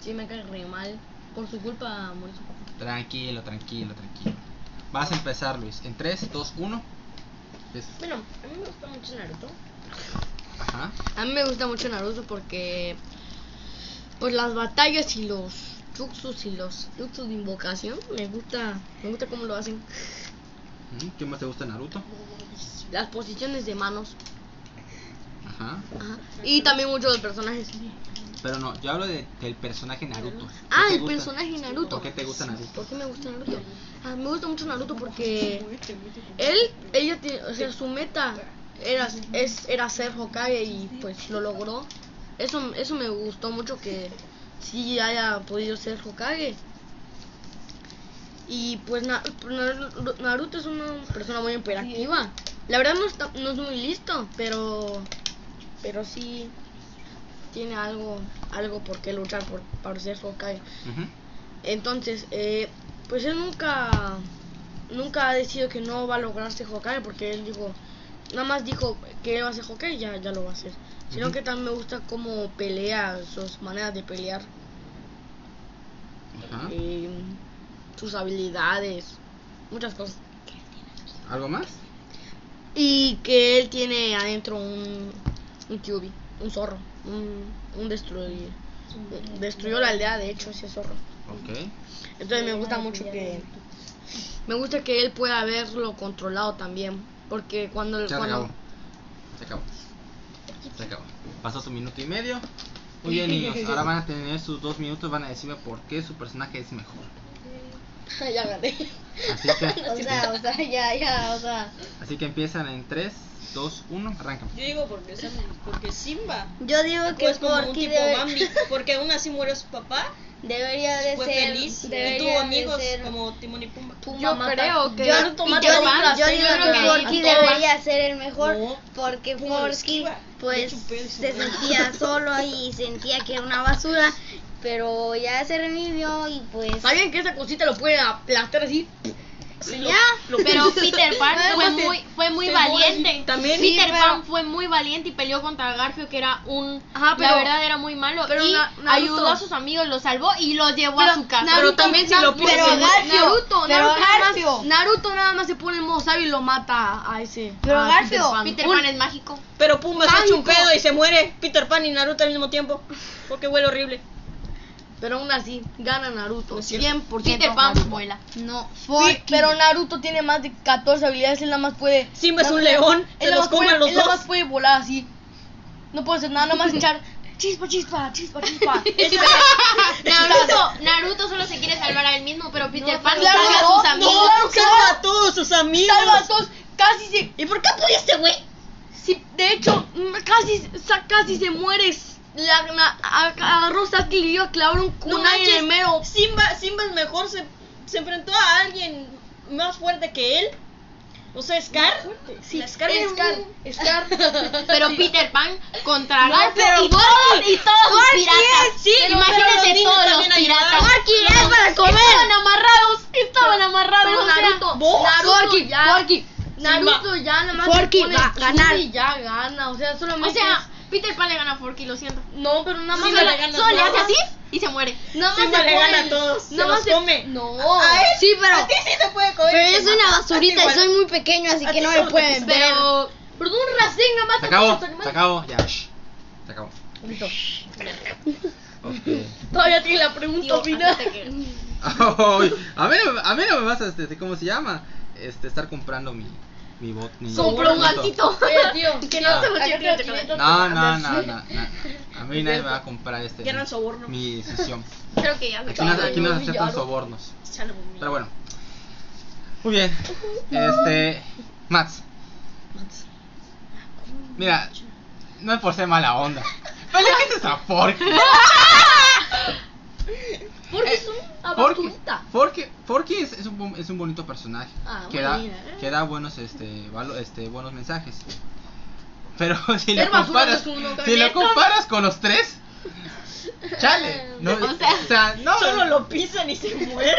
Sí, me cae re mal. Por su culpa morí su papá.
Tranquilo, tranquilo, tranquilo. Vas a empezar, Luis. En 3, 2, 1.
Bueno, a mí me gusta mucho Naruto.
Ajá.
A mí me gusta mucho Naruto porque pues las batallas y los jutsus y los jutsus de invocación me gusta, me gusta cómo lo hacen.
Ujú. ¿Qué más te gusta de Naruto?
Las posiciones de manos.
Ajá.
Ajá. Y también muchos de los personajes.
Pero no, yo hablo de- del personaje Naruto.
Ah,
¿Qué te
el
gusta?
personaje Naruto.
¿Por qué te gusta Naruto?
¿Por qué me gusta Naruto? Ah, me gusta mucho Naruto porque él, ella tiene, o sea, su meta era, es, era ser Hokage y pues lo logró. Eso, eso me gustó mucho que sí haya podido ser Hokage. Y pues Na- Naru- Naruto es una persona muy imperativa. La verdad no, está- no es muy listo, pero, pero sí tiene algo, algo por qué luchar por, para ser Hokage.
Ujú.
Entonces, eh, pues él nunca, nunca ha decidido que no va a lograrse Hokage porque él dijo, nada más dijo que él va a ser Hokage y ya, ya lo va a hacer. Sino
Ujú.
que también me gusta cómo pelea, sus maneras de pelear,
Ajá.
eh, sus habilidades, muchas cosas.
¿Algo más?
Y que él tiene adentro un, un Kyuubi, un zorro, un, un destruir. Destruyó la aldea, de hecho, ese zorro.
Ok.
Entonces me gusta mucho que me gusta que él pueda haberlo controlado también, porque cuando
Ya se acabó.
cuando
Se acabó. Se acabó. Pasó su minuto y medio. Muy
[LAUGHS]
bien, niños. Ahora van a tener sus dos minutos. Van a decirme por qué su personaje es mejor.
ya gané.
Así
[LAUGHS]
que,
O sea, o sea, ya, ya, o sea.
así que empiezan en 3, 2, 1. Arrancan.
Yo digo porque, es- porque Simba
Yo digo que
es como un
Porky
tipo
debe-
Bambi, porque aún así murió su papá,
[LAUGHS] debería de
fue
ser.
feliz y
debería
tuvo
de
amigos
ser-
como Timón y Pumba.
Yo creo que
Yo,
Naruto
y
mata
yo
a
digo,
Bambi,
yo
sí,
digo
yo creo
que
que
Porky
a todas.
debería ser el mejor
No.
porque
Uno lo
Porky
esquiva,
pues
le chupé el
se
sombrero.
sentía solo y sentía que era una basura, pero ya se revivió y pues
¿Sabían que esa cosita lo puede aplastar así?
y
lo-
ya
[LAUGHS]
Pero Peter Pan fue
se-
muy, fue muy
se
valiente.
muere. También-
Peter
Sí,
Pan
pero-
fue muy valiente y peleó contra Garfio, que era un.
Ajá, pero-
la verdad era muy malo.
pero
y
Na- Naruto-
ayudó a sus amigos, los salvó y los llevó a
Pero
su casa.
Naruto- Pero también si lo
Na-
pone-
pero
pero
Garfio-
Naruto,
pero
Naruto es
Garfio-
Garfio.
Naruto nada más se pone el modo sabio y lo mata a ese.
Pero
a
Garfio,
Peter
Un-
Pan es mágico.
Pero Pumba se echa un
Pánico.
pedo y se muere Peter Pan y Naruto al mismo tiempo, porque huele horrible.
Pero aún así gana Naruto
No es cierto.
100%
Peter Pan
Naruto. [LAUGHS]
vuela.
no
Pues Sí,
Porky.
pero Naruto tiene más de 14 habilidades, él nada más puede.
Simba es
nada
un
más-
león, se
él nada
los
más
come
puede-
a los
él nada
dos.
más puede volar así. No puede hacer nada, nada más [LAUGHS] echar chispa, chispa, chispa, [LAUGHS] chispa.
Naruto, Naruto solo se quiere salvar a él mismo, pero Peter
No,
Pan
pero-
salva
claro,
a sus
no,
amigos.
claro.
salva a todos sus amigos.
Salva a todos, casi se.
¿Y por qué pudiste, güey?
sí, de hecho, mm, casi, sa- casi se muere. La, la, a- agarró Sasuke y le dio a clavar un
No
kunai en
manches.
el mero.
Simba, Simba es mejor, se, se enfrentó a alguien más fuerte que él. O sea, Scar.
Sí,
La Scar era
Scar,
un-
Scar.
Pero Peter Pan contra
No,
Garfio
pero
y todos, y todos los
Gorky
piratas.
es- sí, pero los
Imagínate
niños
todos los
también ayudaron.
piratas.
Gorky
Los-
es para comer.
Estaban amarrados, estaban amarrados.
Pero
o sea,
Naruto,
¿vos?
Naruto
Gorky,
ya, Naruto ya nada más
Forky
se pone
va a
el
ganar.
y ya gana, o sea,
O
solamente
sea, Peter Pan le gana a Forky, lo siento.
es- no, pero nada más
Solo,
le
le-
gana a
solo le hace
todos.
así y se muere.
nada más
Simba
se
le
pone
gana
el-
a
[LAUGHS]
todos,
nada
se
más
los come.
No.
A él-
Sí, pero-
A ti sí te puede comer.
pero yo soy una basurita y
Igual.
soy muy pequeño, así
A
que
ti
no
solo
me
te
pueden
quisieron.
ver.
Pero pero un Rasengan nada más
Se acabó. Se acabó. Ya. shh. Se acabó. Ok. [LAUGHS]
Todavía tiene la pregunta [LAUGHS] final.
Ay, a, mí no, me- a mí no me vas a, este, ¿cómo se llama? Este, estar comprando mi, mi bot. Mi
Compró un
gatito.
Oye, tío,
no Ah. se
Aquí
No, no, no, no, no. A mí nadie me va a comprar este.
Quieran soborno.
Mi
[LAUGHS]
decisión.
Creo que ya se
Aquí no, aquí no
lo
se aceptan
humillaron.
sobornos.
Ya lo vi.
Pero bueno. Muy bien. Este. Mats. Mira, no es por ser mala
[LAUGHS]
onda. Pero le dices a Forky.
Porque es
Eh,
un aventurita.
Forky, Forky es, es un, bon- es un bonito personaje.
Ah,
que,
bueno,
da,
mira, eh.
que da buenos, este, valo- este, buenos mensajes. Pero [LAUGHS] si
Pero
lo
basura
comparas,
no es uno,
si lo
Gabriel, no.
comparas con los tres, chale. No, o, sea, no.
Solo lo pisan y se mueren.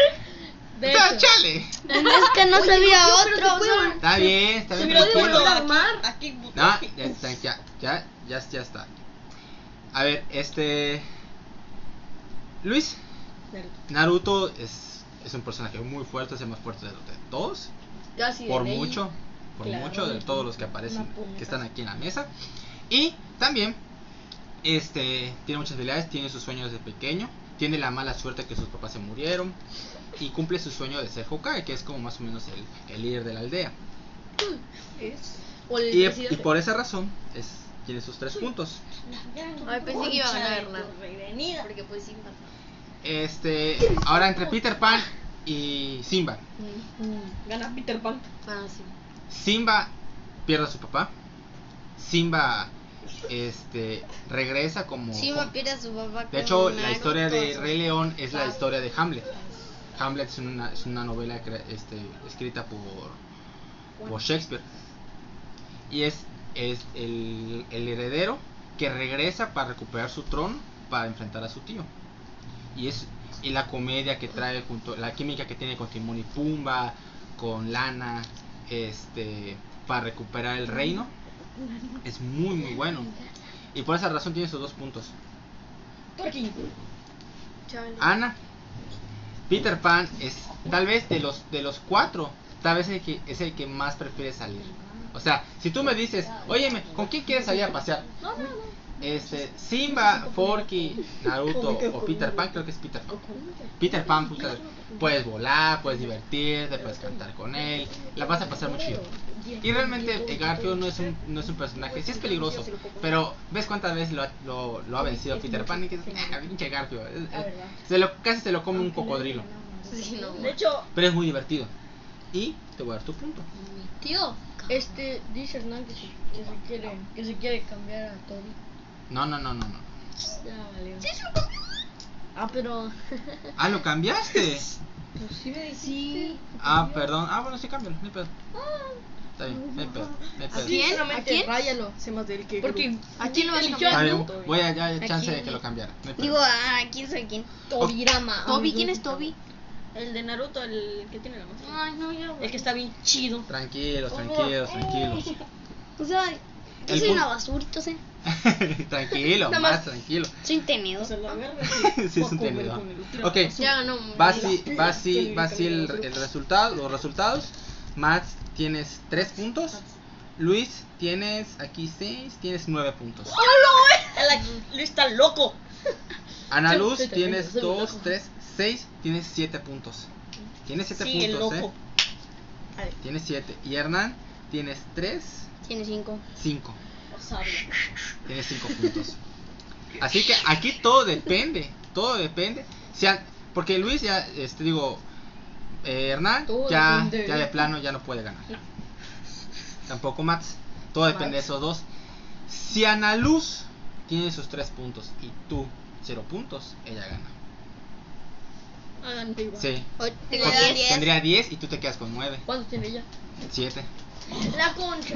o sea, chale.
Es que [LAUGHS] no sabía otro. solo-
Está bien, está bien.
Pero
tranquilo.
puedo armar. Aquí,
No, ya, está, ya, ya, ya, ya está. A ver, este. Luis. Naruto es, es un personaje muy fuerte, es el más fuerte de los de todos.
Casi de
por
ley.
mucho, por
Claro,
mucho de todos los que aparecen,
una puñeta.
que están aquí en la mesa. Y también, este, tiene muchas habilidades, tiene sus sueños de pequeño, tiene la mala suerte que sus papás se murieron y cumple su sueño de ser Hokage, que es como más o menos el, el líder de la aldea.
O el
Y, y
presidente.
por esa razón es, tiene sus tres puntos.
Ay, pensé que iba a ganar Hernán.
Revenida.
Porque pues sí, no.
Este, ahora entre Peter Pan y Simba.
Gana Peter Pan.
Bueno, sí.
Simba pierde a su papá. Simba este regresa como
Simba pierde a su papá.
De
con
hecho, la
Naruto.
historia de Rey León es la historia de Hamlet. Hamlet es una, es una novela cre- este, escrita por, por Shakespeare. Y es, es el, el heredero que regresa para recuperar su trono para enfrentar a su tío. Y es y la comedia que trae junto, la química que tiene con Timón y Pumba, con Lana, este, para recuperar el reino, es muy muy bueno. Y por esa razón tiene esos dos puntos.
Porque
Ana. Peter Pan es tal vez de los de los cuatro, tal vez el que es el que más prefiere salir. O sea, si tú me dices, oye, ¿con quién quieres salir a pasear? Este, Simba, Forky, Naruto o Peter Pan, creo que es Peter Pan. Peter Pan, puta, puedes volar, puedes divertirte, puedes cantar con él, la vas a pasar muy chido. Y realmente eh, Garfield no es un, no es un personaje, sí es peligroso, pero ves cuántas veces lo ha, lo, lo ha vencido Peter Pan y que "Ah, pinche Garfield, eh, eh, se lo, casi se lo come un cocodrilo,
Sí, no.
De hecho,
pero es muy divertido. Y te voy a dar tu punto.
Tío.
Este dice Hernán que se, que se quiere que se quiere cambiar a Tori.
No, no, no, no, no.
Ya valió. Ah, pero [LAUGHS]
Ah, lo cambiaste.
pues sí me Ah. sí.
Ah, perdón. Ah, bueno, sí, cámbialo, no hay pedo. Está bien, no hay pedo, no hay pedo.
quién?
¿A quién? Ráyalo.
se más del que.
Porque
¿A quién lo vas a
Eligió
Está
cambiar?
a
bien,
Naruto.
voy a ya hay chance de
Aquí.
que lo cambiara. no hay pedo.
Digo, ah, ¿quién soy quién?
Tobirama.
Toby, ¿quién es Toby?
El de Naruto, el que tiene la máscara.
Ay, no, ya.
El que está bien chido.
Tranquilos, tranquilos, tranquilos.
O sea, yo
El
soy
pu-
una basura, yo sé.
[LAUGHS] tranquilo,
Nada
más
más.
tranquilo.
Soy tenedor.
Se lo agarra.
[LAUGHS] sí, es un tenedor. Ok,
Ya ganó.
va así, va así, va así el, el resultado, los resultados. Max tienes 3 puntos. Luis tienes aquí 6, tienes 9 puntos.
Luis está loco.
[LAUGHS] Ana Luz
Sí, sí,
tienes
sí, sí,
2,
loco.
3, 6, tienes 7 puntos. Tienes 7
Sí, el
puntos,
loco.
eh. Tienes 7. Y Hernán tienes 3,
Tiene cinco.
5.
O sea,
Tienes 5 puntos. Así que aquí todo depende. Todo depende. Si an- porque Luis ya, este, digo, eh, Hernán,
Todo
ya,
depende. ¿eh?
ya de plano ya no puede ganar. Tampoco Max. Todo depende de esos dos. Si Ana Luz tiene sus 3 puntos y tú 0 puntos, ella gana.
Hagan de Ah, igual.
Sí.
Hoy tengo
Porque
diez.
Tendría 10 y tú te quedas con 9.
¿Cuántos tiene ella?
7.
La concha.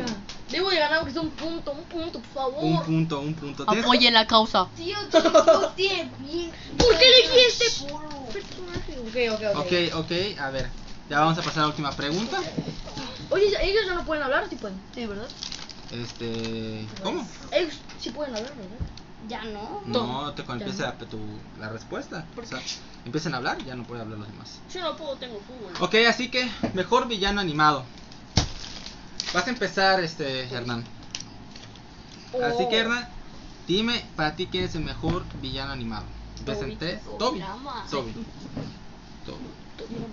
Debo de ganar que es un punto, un punto, por favor.
Un punto, un punto. Tienes-
la causa.
Tío, tú tú tienes bien.
¿Por qué elegí este personaje? Ok, ok, ok.
Ok, ok. A ver. Ya vamos a pasar a la última pregunta.
Oye, ellos ya no pueden hablar, sí pueden. Sí, ¿verdad?
Este. ¿Cómo?
Ellos sí pueden hablar, ¿verdad?
Ya no.
Pues, No, te, cuando empiece la, tu, la respuesta. O sea, empiecen a hablar, ya no puede hablar los demás.
Yo no puedo, tengo fútbol.
Ok, así que, mejor villano animado. Vas a empezar, este, Hernán. Así que, Hernán, dime para ti quién es el mejor villano animado. Empieza en tres. Toby. Toby. Toby.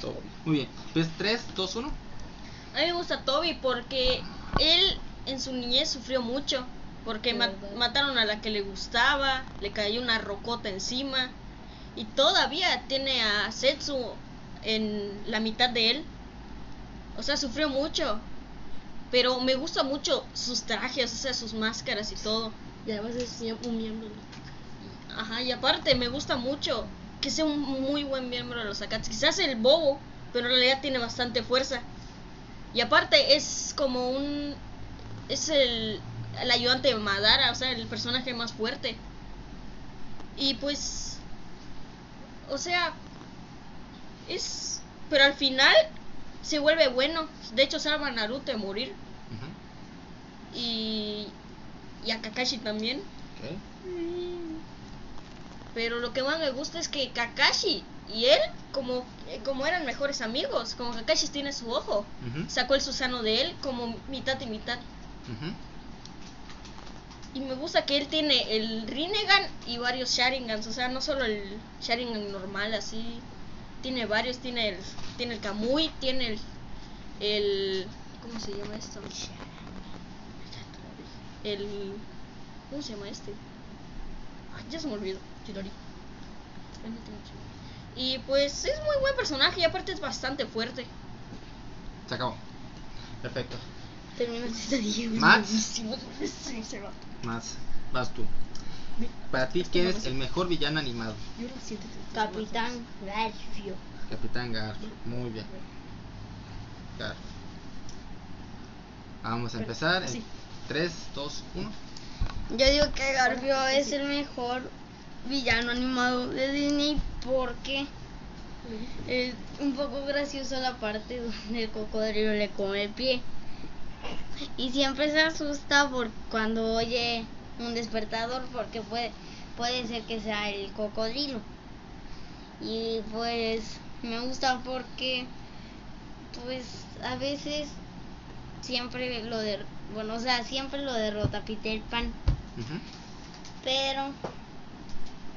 Toby. Muy bien. ¿Ves 3, 2, 1?
A mí me gusta Toby porque él en su niñez sufrió mucho Porque
De
ma-
verdad.
mataron a la que le gustaba, le cayó una rocota encima. Y todavía tiene a Setsu en la mitad de él. O sea, sufrió mucho. Pero me gusta mucho sus trajes, o sea, sus máscaras y todo.
Y además es mie- un miembro.
Ajá, y aparte me gusta mucho que sea un muy buen miembro de los Akats. Quizás el bobo, pero en realidad tiene bastante fuerza. Y aparte es como un... Es el, el ayudante de Madara, o sea, el personaje más fuerte. Y pues... O sea... Es... Pero al final se vuelve bueno. De hecho salva a Naruto de morir.
Ujú.
Y... Y a Kakashi también.
Ok.
Pero lo que más me gusta es que Kakashi y él, como, eh, como eran mejores amigos, como Kakashi tiene su ojo,
Ujú.
sacó el Susano de él como mitad y mitad.
Ujú.
Y me gusta que él tiene el Rinnegan y varios Sharingans, o sea, no solo el Sharingan normal, así. Tiene varios, tiene el, tiene el Kamui, tiene el, el... ¿Cómo se llama esto? El... ¿Cómo se llama este? Ay, ya se me olvidó.
Chidori.
Y pues es muy buen personaje y aparte es bastante fuerte.
Se acabó. Perfecto.
Termina esta diez.
Max. Max, vas tú. Para ti, ¿quién es el mejor villano animado?
Capitán Garfio.
Capitán Garfio. Muy bien. Garfio. Vamos a empezar en 3, 2, 1.
Yo digo que Garfio es el mejor villano animado de Disney porque es un poco gracioso la parte donde el cocodrilo le come el pie. Y siempre se asusta por cuando oye un despertador porque puede, puede ser que sea el cocodrilo. Y pues me gusta porque pues a veces siempre lo der bueno, o sea, siempre lo derrota Peter Pan pero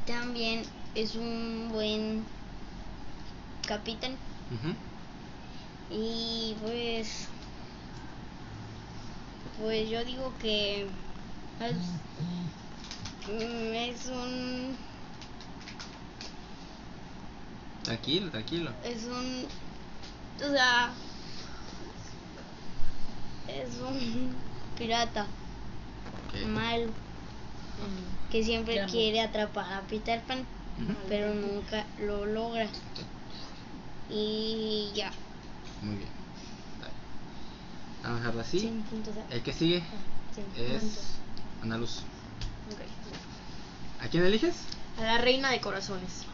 también es un buen capitán y pues pues yo digo que es, mm, es un
Tranquilo, tranquilo.
es un o sea es un pirata
Ok.
malo que siempre
Llamo.
quiere atrapar a Peter Pan
Ujú.
pero nunca lo logra
Sí.
y ya
Muy bien. Está bien. Vamos a dejarlo así.
100 puntos a-
El que sigue
Ah,
cien puntos.
es Ana Luz. ¿A quién eliges?
A la reina de corazones.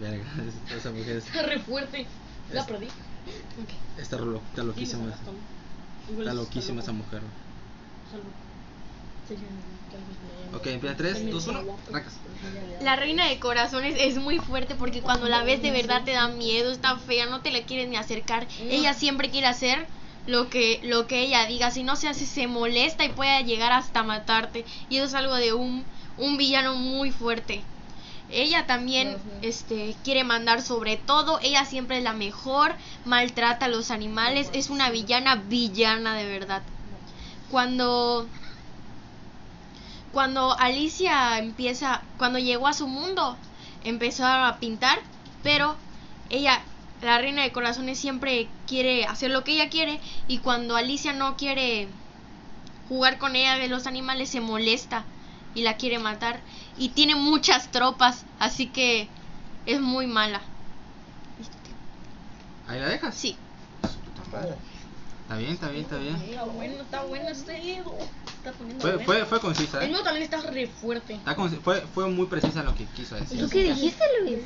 Verga, [LAUGHS] es- esa mujer es-
Está re fuerte. La
Es-
perdí.
está, lo- está loquísima. esa- Está loquísima esa mujer. Ok, empieza 3, 2, 1. Arrancas.
La reina de corazones es muy fuerte porque cuando la ves de verdad te da miedo, está fea, no te la quieres ni acercar. Ella siempre quiere hacer lo que lo que ella diga, si no se hace se molesta y puede llegar hasta matarte. Y eso es algo de un un villano muy fuerte. Ella también este quiere mandar sobre todo, ella siempre es la mejor, maltrata a los animales, es una villana villana de verdad. Cuando cuando Alicia empieza, cuando llegó a su mundo, empezó a pintar, pero ella, la reina de corazones, siempre quiere hacer lo que ella quiere y cuando Alicia no quiere jugar con ella de los animales, se molesta y la quiere matar y tiene muchas tropas, así que es muy mala.
Ahí la dejas.
Sí,
Está bien, está bien, está bien.
Está bueno, está bueno este dedo. Está poniendo
Fue, fue, fue concisa,
El
¿eh?
mío también está re fuerte.
Está conci- fue, fue muy precisa en lo que quiso decir.
¿Tú qué dijiste, Luis?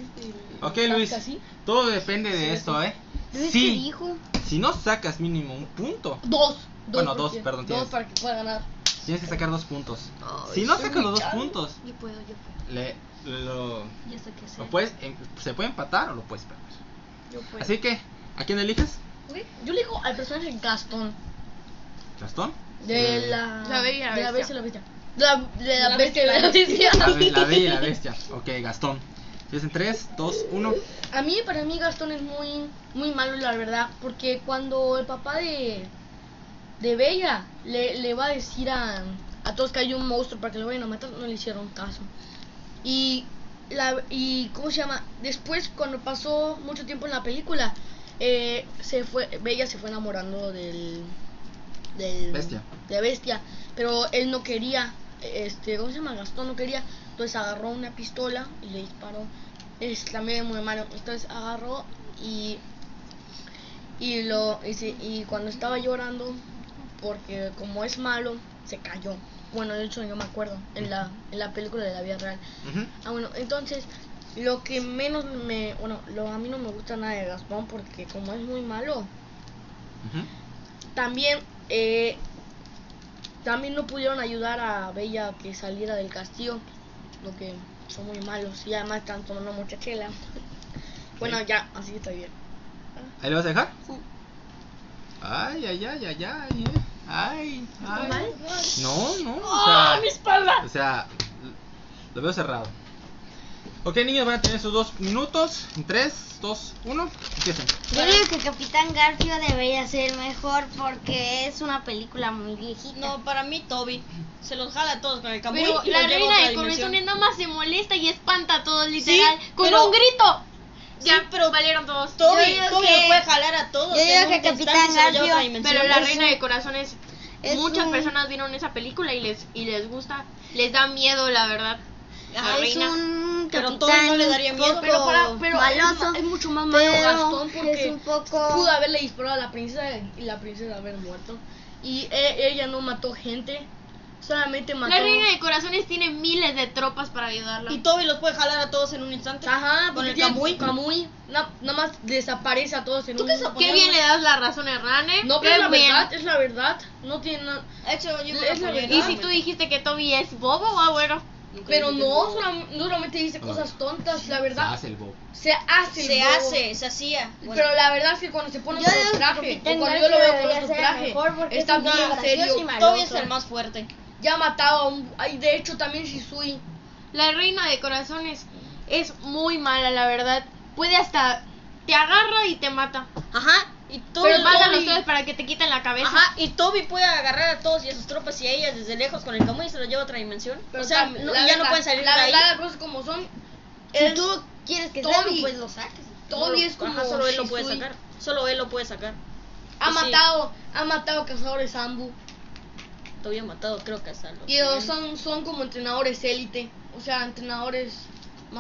Ok, Luis.
¿Casi?
Todo depende de esto, ¿eh?
Luis, ¿qué
Sí.
dijo?
Si no sacas mínimo un punto,
Dos. dos
Bueno,
porque-
dos, perdón,
Dos
tienes.
para que pueda ganar.
tienes que sacar dos puntos. Si no sacas los dos puntos,
yo puedo, yo puedo.
le, lo,
Ya sé qué
lo puedes, em- se puede empatar o lo puedes perder. Así que, ¿a quién eliges?
Yo le digo al personaje Gastón.
¿Gastón?
De
Eh,
la.
La Bella y la
de
Bestia.
la bestia y la bestia. De la, de la, bestia y la bestia.
La, be- la bella y la bestia. Ok, Gastón. Empieza en 3, 2, 1.
A mí, para mí, Gastón es muy, muy malo, la verdad. Porque cuando el papá de. De Bella le, le va a decir a, a todos que hay un monstruo para que lo vayan a matar, no le hicieron caso. Y, la, y ¿cómo se llama? Después, cuando pasó mucho tiempo en la película, eh, se fue, Bella se fue enamorando del... del
Bestia.
De Bestia, pero él no quería, este, ¿cómo se llama? Gastón no quería, entonces agarró una pistola y le disparó. Es también muy malo. Entonces agarró y y lo y, se- y cuando estaba llorando porque como es malo se cayó bueno de hecho yo me acuerdo en la en la película de la vida real
Ujú.
ah bueno entonces lo que menos me bueno lo a mí no me gusta nada de Gaspón porque como es muy malo
Ujú.
también eh, también no pudieron ayudar a Bella que saliera del castillo lo que son muy malos y además están tomando mucha chela bueno ya así está bien
¿Ahí lo vas a dejar? Ay, ay, ay, ay, ay. eh. Ay, ay. No, no. O sea, mi espalda. O sea, lo veo cerrado. Ok, niños, van a tener sus dos minutos. En Tres, dos, uno. Empiecen.
Yo digo que Capitán Garfio debería ser mejor porque es una película muy viejita.
No, para mí Toby. Se los jala a todos con el cambio.
Pero la reina de convenciones nada más se molesta y espanta a todos, literal. con
pero-
un grito.
Sí,
Ya, pero valieron todos.
Yo
Toby,
digo
Toby
que-
lo puede jalar a todos.
yo digo
en un
que
instante
Capitán
se lo lleva a otra
Garfio,
dimensión.
Pero la
Es-
reina de corazones,
es
muchas
un-
personas vieron esa película y les y les gusta, les da miedo, la verdad.
Ajá,
la
es
reina.
un
Pero
capitán
Toby no le daría
un
miedo,
poco
pero para-
pero es
maloso,
ma- es mucho más malo
pero
Gastón porque
es un poco
pudo haberle disparado a la princesa y la princesa haber muerto y e- ella no mató gente solamente mató
La reina de corazones tiene miles de tropas para ayudarla.
Y Toby los puede jalar a todos en un instante.
ajá
con
porque
el
tiene-
Kamui.
Kamui, na- nada más desaparece a todos en
¿Tú
un-
qué supones?
Qué bien le das la razón a Rane.
no
qué
pero es la
bien.
verdad es la verdad no tiene nada
De hecho, yo
Es la
Y si tú dijiste que Toby es bobo, ah bueno.
pero no solam- no solamente dice
No.
cosas tontas la
Se
verdad
hace el bobo.
se hace el
Se
bobo.
hace, se hacía. Bueno,
pero la verdad es que cuando se pone
Yo
con
digo
el
que
traje,
Capitán
o cuando yo
Garfio
lo veo con
debería
su
ser
traje,
mejor porque
está
es un
bien
gracioso
serio.
y malo.
Toby es
Maloso.
el más fuerte.
Ya mataba a un. Ay, de hecho, también Shisui.
La reina de corazones es muy mala, la verdad. Puede hasta te agarra y te mata.
Ajá. Y Toby,
Pero mátalos
Toby-
todos para que te quiten la cabeza.
Ajá, y Toby puede agarrar a todos y a sus tropas y a ellas desde lejos con el camo y se los lleva a otra dimensión.
Pero
o sea,
tam-
no-
la
ya no
verdad-
pueden salir
la
de ahí.
verdad, las cosas como son.
Si
es-
tú quieres que
Toby.
salga, pues lo saques.
Toby
Solo-
es como.
Ajá, solo él lo puede
Shisui.
sacar. Solo él lo puede sacar.
Ha
Pues sí.
matado, ha matado cazadores Ambu.
Toby ha matado, creo que hasta los
Y ellos son, son como entrenadores élite. O sea, entrenadores.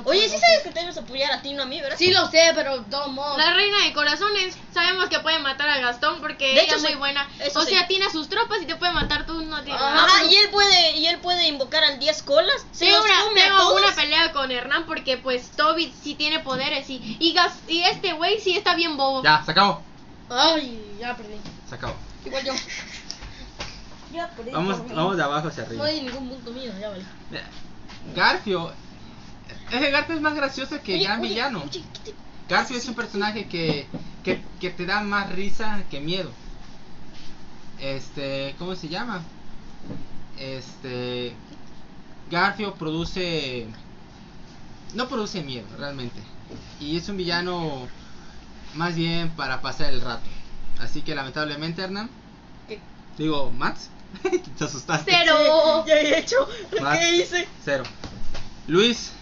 Oye, sí
matadores.
sabes que te debes apoyar a ti, no a mí, ¿verdad?
Sí lo sé, pero de todos modos.
La reina de corazones, sabemos que puede matar a Gastón porque
De
ella
hecho,
es muy
sí.
buena.
Eso
O
sí.
sea, tiene a sus tropas y te puede matar, tú no tienes nada.
Ajá, y él puede y él puede invocar al 10 colas. Se
tengo
los
una,
come a
tengo
todos.
una pelea con Hernán porque pues Toby sí tiene poderes y, y, Gas- y este güey sí está bien bobo.
Ya, se acabó.
Ay, ya perdí.
Se acabó.
Igual yo.
Vamos, vamos de abajo hacia arriba.
No hay ningún punto mío, ya vale.
Mira, Garfio. Es que Garfio es más gracioso que gran villano. Garfio es un personaje que, que, que te da más risa que miedo. Este, ¿cómo se llama? Este, Garfio produce, no produce miedo realmente, y es un villano más bien para pasar el rato. Así que lamentablemente Hernán,
¿Qué?
digo Max, [LAUGHS] te asustaste.
Pero
Ya he hecho.
Max,
¿Qué hice?
Cero. Luis.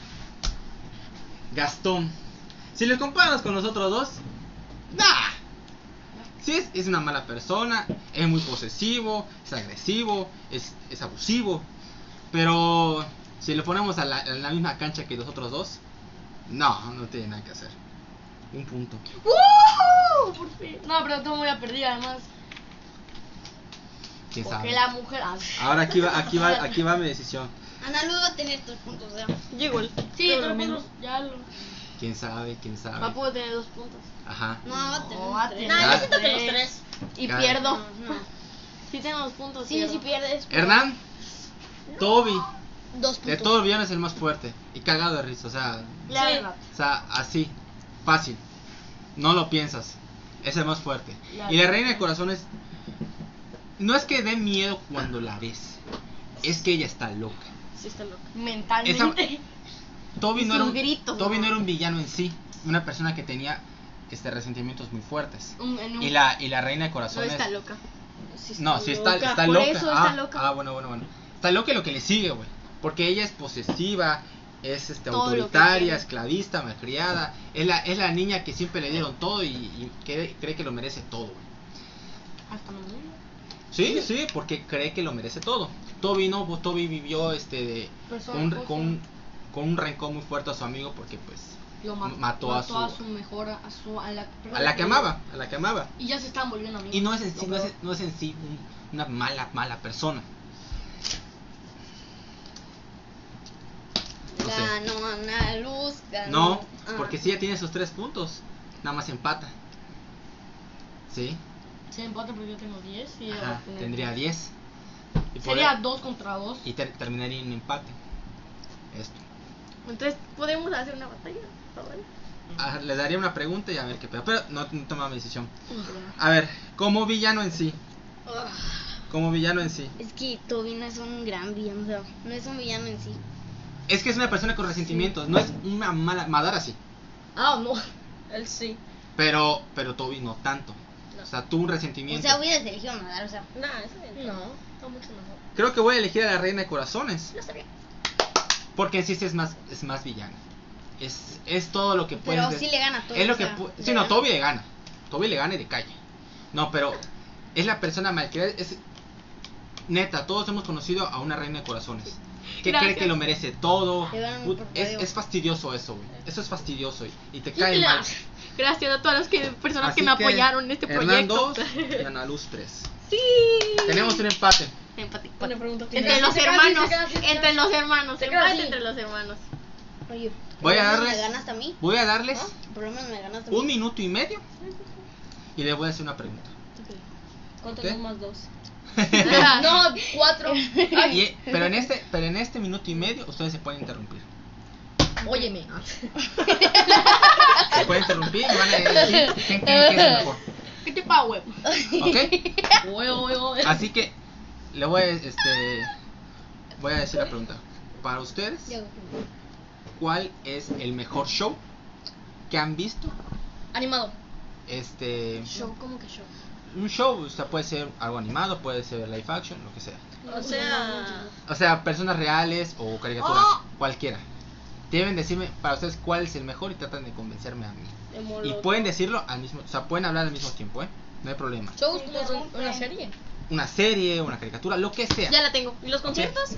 Gastón. Si lo comparas con los otros dos, nah. Sí, es, es una mala persona, es muy posesivo, es agresivo, es, es abusivo. Pero si lo ponemos a la, en la misma cancha que los otros dos, no, no tiene nada que hacer. Un punto.
No, pero todo voy a perder además.
¿Quién
Porque
sabe?
la mujer. Ah,
Ahora aquí va, aquí va, aquí va mi decisión.
Ana Luz va a tener tres puntos de hambre.
Llegó el.
sí,
Todo
tres
lo mismo.
puntos, ya lo.
¿Quién sabe? ¿Quién sabe?
Papu tiene dos puntos.
Ajá.
No, va a tener
No, va a
tres.
tener-
Nah, yo siento que
Tres.
los tres.
Y
Claro.
pierdo.
No, no.
Sí tengo dos puntos.
Sí,
pierdo.
si pierdes.
Hernán. Toby.
Dos
De
puntos.
todo el villano es el más fuerte y cagado de risa, o sea,
La
Sí.
verdad.
o sea, así, fácil. No lo piensas. Es el más fuerte. Y la reina de corazones no es que dé miedo cuando la ves. Es que ella está loca.
Sí está loco.
Esa-
mentalmente. [LAUGHS]
Toby
Y
no era
sus
un,
gritos,
Toby
¿no?
no era un villano en sí, una persona que tenía este resentimientos muy fuertes.
Un- en un-
Y la y la reina de
no
corazones
está loca.
Sí
No, sí está, está
Por
loca.
eso
ah,
está loca.
ah, bueno, bueno, bueno. Está loca lo que le sigue, güey. Porque ella es posesiva, es este,
Todo lo que
autoritaria,
quiere.
esclavista, malcriada. Es la, es la niña que siempre le dieron todo y, y cree, cree que lo merece todo, güey.
Hasta mañana.
Sí, sí, porque cree que lo merece todo. Toby no, pues, Toby vivió este de,
Persona
Pues,
con, un, re-
justa.
con, un- con un rencor muy fuerte a su amigo porque pues
Lo ma-
mató, a su, a,
mejor, a su a la,
Pues,
la que amaba, a la que amaba.
Y ya se estaban volviendo amigos.
Y no es en sí,
Lo
no es,
peor.
no es en sí un- una mala, mala persona. No sé.
Ganó Ana Luz, ganó.
No, porque si ya tiene sus tres puntos, nada más empata. ¿Sí?
Se empate porque yo tengo 10 y ella va
Ajá,
a tener-
tendría 10. Y,
Sería
poder-
2 contra 2.
y ter- terminaría en empate. Esto.
Entonces, ¿podemos hacer una batalla?
[LAUGHS]
por favor?
Ah, le daría una pregunta y a ver qué pedo. Pero no, no toma mi decisión. A ver, como villano en sí. Como villano en sí.
Es que Toby no es un gran villano, o sea, no es un villano en sí.
Es que es una persona con resentimientos. No es una mala. Madara sí.
Ah, no.
Él sí.
Pero, pero Toby no tanto. O sea, tuvo un
O
resentimiento.
sea, hubiera elegido a Madara, o sea.
Nah, está bien.
No, está mucho mejor.
Creo que voy a elegir a la reina de corazones.
No está bien.
Porque en sí sí es más, es más villana. Es, es todo lo que puede.
Pero sí le gana a Toby.
Es lo
o
que
sea,
pu-
le
sí, no,
gana.
Toby le gana. Toby le gana y de calle. No, pero es la persona malcriada. Es... Neta, todos hemos conocido a una reina de corazones. Que cree
Gracias.
que lo merece todo.
Le ganan
Put-
por
Es,
Dios.
es fastidioso eso, güey. Eso es fastidioso. Y, y te cae mal.
Gracias a todas las que, personas
Así
que me apoyaron en este
Hernán
proyecto.
dos y Ana Luz 3.
sí.
Tenemos un empate.
[LAUGHS] Empate.
Una pregunta tiene.
Entre los
Se queda así,
hermanos.
se queda así, se queda
Entre los hermanos.
Se queda
Empate
así.
entre los hermanos.
Oye,
Voy a
por lo menos
darles-
Me ganaste a mí.
Voy a darles
Por lo menos me ganaste a mí.
un minuto y medio. Y les voy a hacer una pregunta.
¿Cuánto
¿Qué?
es más dos?
no, cuatro.
[LAUGHS]
Y- pero, en este, pero en este minuto y medio ustedes se pueden interrumpir.
Óyeme.
Se pueden interrumpir y van a decir quién creen que es el mejor.
¿Qué te paga, huevo?
¿Ok?
Huevo, huevo.
Así que le voy a, este, voy a decir la pregunta. Para ustedes,
Yo-
¿cuál es el mejor show que han visto?
Animado.
Este,
Show, ¿cómo que show?
un show, o sea, puede ser algo animado, puede ser live action, lo que sea.
O sea,
O sea, personas reales o caricaturas,
¡Ah!
cualquiera. Deben decirme para ustedes cuál es el mejor y tratan de convencerme a mí.
de
Y
Molotov.
pueden decirlo al mismo, o sea, pueden hablar al mismo tiempo, ¿eh? No hay problema.
Shows como son una serie.
Una serie, una caricatura, lo que sea.
Ya la tengo.
¿Y los conciertos?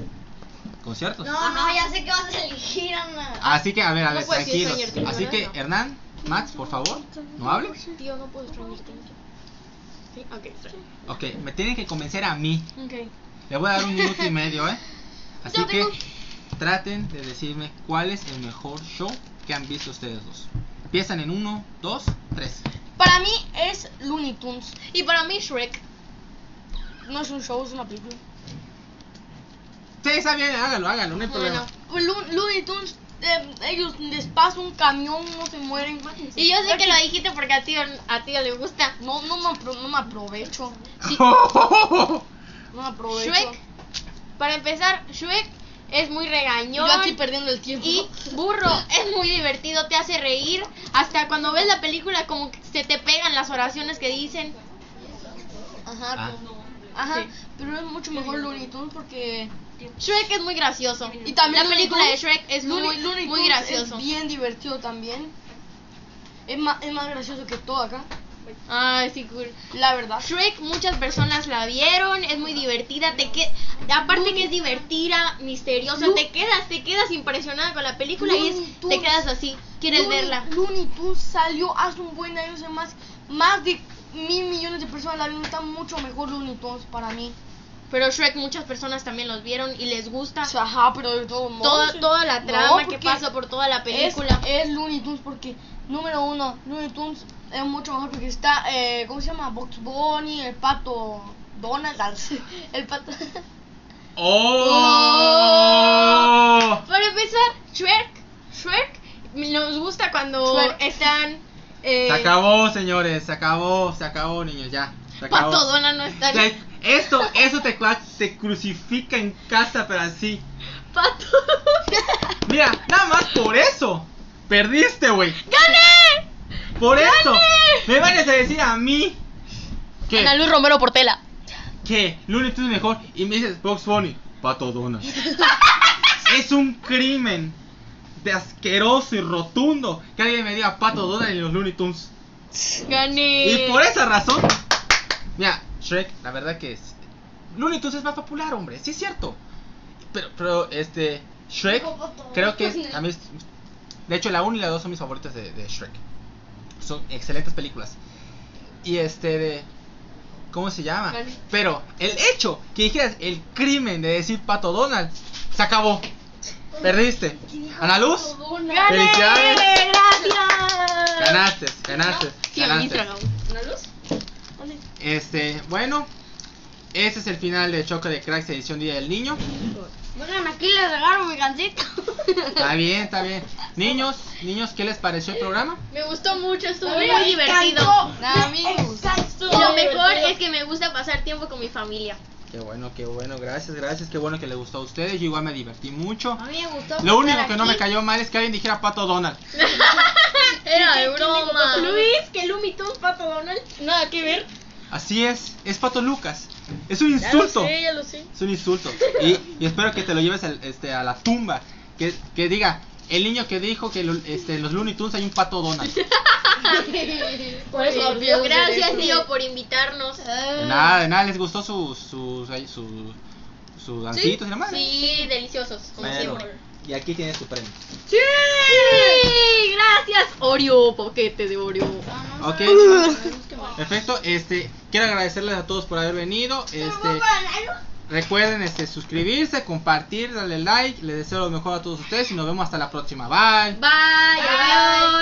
Conciertos.
No, no, ya sé que vas a elegir, Ana.
Así que, a ver, a ver,
No puedes decir
tranquilos.
sueño,
Así que,
¿verdad? No.
Hernán, Max, por favor, no hablen.
Tío, no puedo extrañarte mucho. Sí, ok, sorry.
Ok, me tienen que convencer a mí.
Ok.
Le voy a dar un minuto y medio,
[LAUGHS]
¿eh? Así
Yo
que
tengo-
traten de decirme cuál es el mejor show que han visto ustedes dos. Empiezan en uno, dos, tres.
Para mí es Looney Tunes. Y para mí Shrek. No es un show, es una película.
Sí, está bien, hágalo, hágalo, no hay problema.
Bueno, pues Lo- Looney Tunes, eh, ellos les pasa un camión, no se mueren.
Y yo sé que lo dijiste porque a tío, a tío le gusta.
No, no me, apro- no me aprovecho.
[LAUGHS]
Sí, no me aprovecho.
Shrek. Para empezar, Shrek es muy regañón.
Yo aquí perdiendo el tiempo.
Y burro, es muy divertido, te hace reír. Hasta cuando ves la película, como que se te pegan las oraciones que dicen.
Ah,
pues Ajá.
Pero es mucho mejor Looney Tunes porque...
Shrek es muy gracioso.
Y también
la
Looney
película de
Tunes-
Shrek es muy,
Looney- Looney
muy
Tunes
gracioso.
Es bien divertido también. Es más, es más gracioso que todo acá.
Ay, sí, cool.
La verdad.
Shrek, muchas personas la vieron, es muy divertida, te que aparte que es divertida, misteriosa, te quedas, te quedas impresionada con la película y es-
Looney
te
Tunes.
quedas así, quieres
Looney-
verla.
Looney Tunes salió hace un buen año, o sea, más, más de mil millones de personas la vieron. Está mucho mejor Looney Tunes para mí.
Pero Shrek muchas personas también los vieron y les gusta
O sea, ajá, pero de todo modo.
toda,
sí.
toda la
No,
trama que
porque
pasa por toda la película.
Es, es Looney Tunes porque, número uno, Looney Tunes es mucho mejor porque está, eh, ¿cómo se llama? Box Bunny, el pato Donald, [LAUGHS] el pato...
¡Oh!
Para empezar, Shrek, Shrek nos gusta cuando
Shrek.
están eh,
Se acabó, señores, se acabó, se acabó, niños, ya. Se acabó.
Pato Donald no está
Ya, Esto, eso te, cua- te crucifica en casa, pero así.
Pato.
[LAUGHS] Mira, nada más por eso. Perdiste, güey.
¡Gané!
Por eso. Me van a decir a mí que,
Luz Romero Portela.
que Looney Tunes es mejor y me dices Box Bunny. Pato
[LAUGHS]
Donald. es un crimen de asqueroso y rotundo que alguien me diga Pato Donald en los Looney Tunes.
Gané.
Y por esa razón, mira, Shrek, la verdad que es. Looney Tunes es más popular, hombre, sí es cierto. Pero, pero este, Shrek, creo que es. A mí es- de hecho, la 1 y la 2 son mis favoritas de, de Shrek. Son excelentes películas. Y este, de. ¿Cómo se llama?
Gané.
Pero el hecho que dijeras el crimen de decir Pato Donald, se acabó. Perdiste. Ana Luz,
¡Gané!
Felicidades.
¡Gracias!
ganaste, ganaste.
Sí, a mí
ganaste.
¿Una luz?
Este, bueno, ese es el final de Choque de Cracks edición Día del Niño.
Vengan aquí, les regalo mi gancito.
Está bien, está bien. Niños, niños, ¿qué les pareció el programa?
Me gustó mucho, estuvo
A mí
muy
me
divertido.
encantó.
No, a mí me gustó. Y lo mejor es que me gusta pasar tiempo con mi familia.
Qué bueno, qué bueno, gracias, gracias, qué bueno que les gustó a ustedes. Yo igual me divertí mucho.
mí me gustó.
Lo único que no me cayó mal es que alguien dijera Pato Donald.
Era de broma.
Luis, que Lumi tú, Pato Donald.
Nada que ver.
Así es, es Pato Lucas. Es un
Ya lo
insulto.
sé, ya lo sé.
Es un insulto. Y, y espero que te lo lleves al- este, a la tumba. Que, que diga, el niño que dijo que lo- este, en los Looney Tunes hay un Pato Donald.
Por eso
Obvio,
Gracias,
gracias,
tío.
tío, por invitarnos.
De nada, de nada, les gustó su su su, su, su dancito, ¿sí, hermano?
Sí, deliciosos, como
Bueno,
siempre.
Y aquí tienes tu premio.
¡Sí! Gracias, Oreo, paquete de Oreo.
Ok. Perfecto, este, quiero agradecerles a todos por haber venido. Este, recuerden este suscribirse, compartir, darle like. Les deseo lo mejor a todos ustedes y nos vemos hasta la próxima. Bye.
Bye, adiós.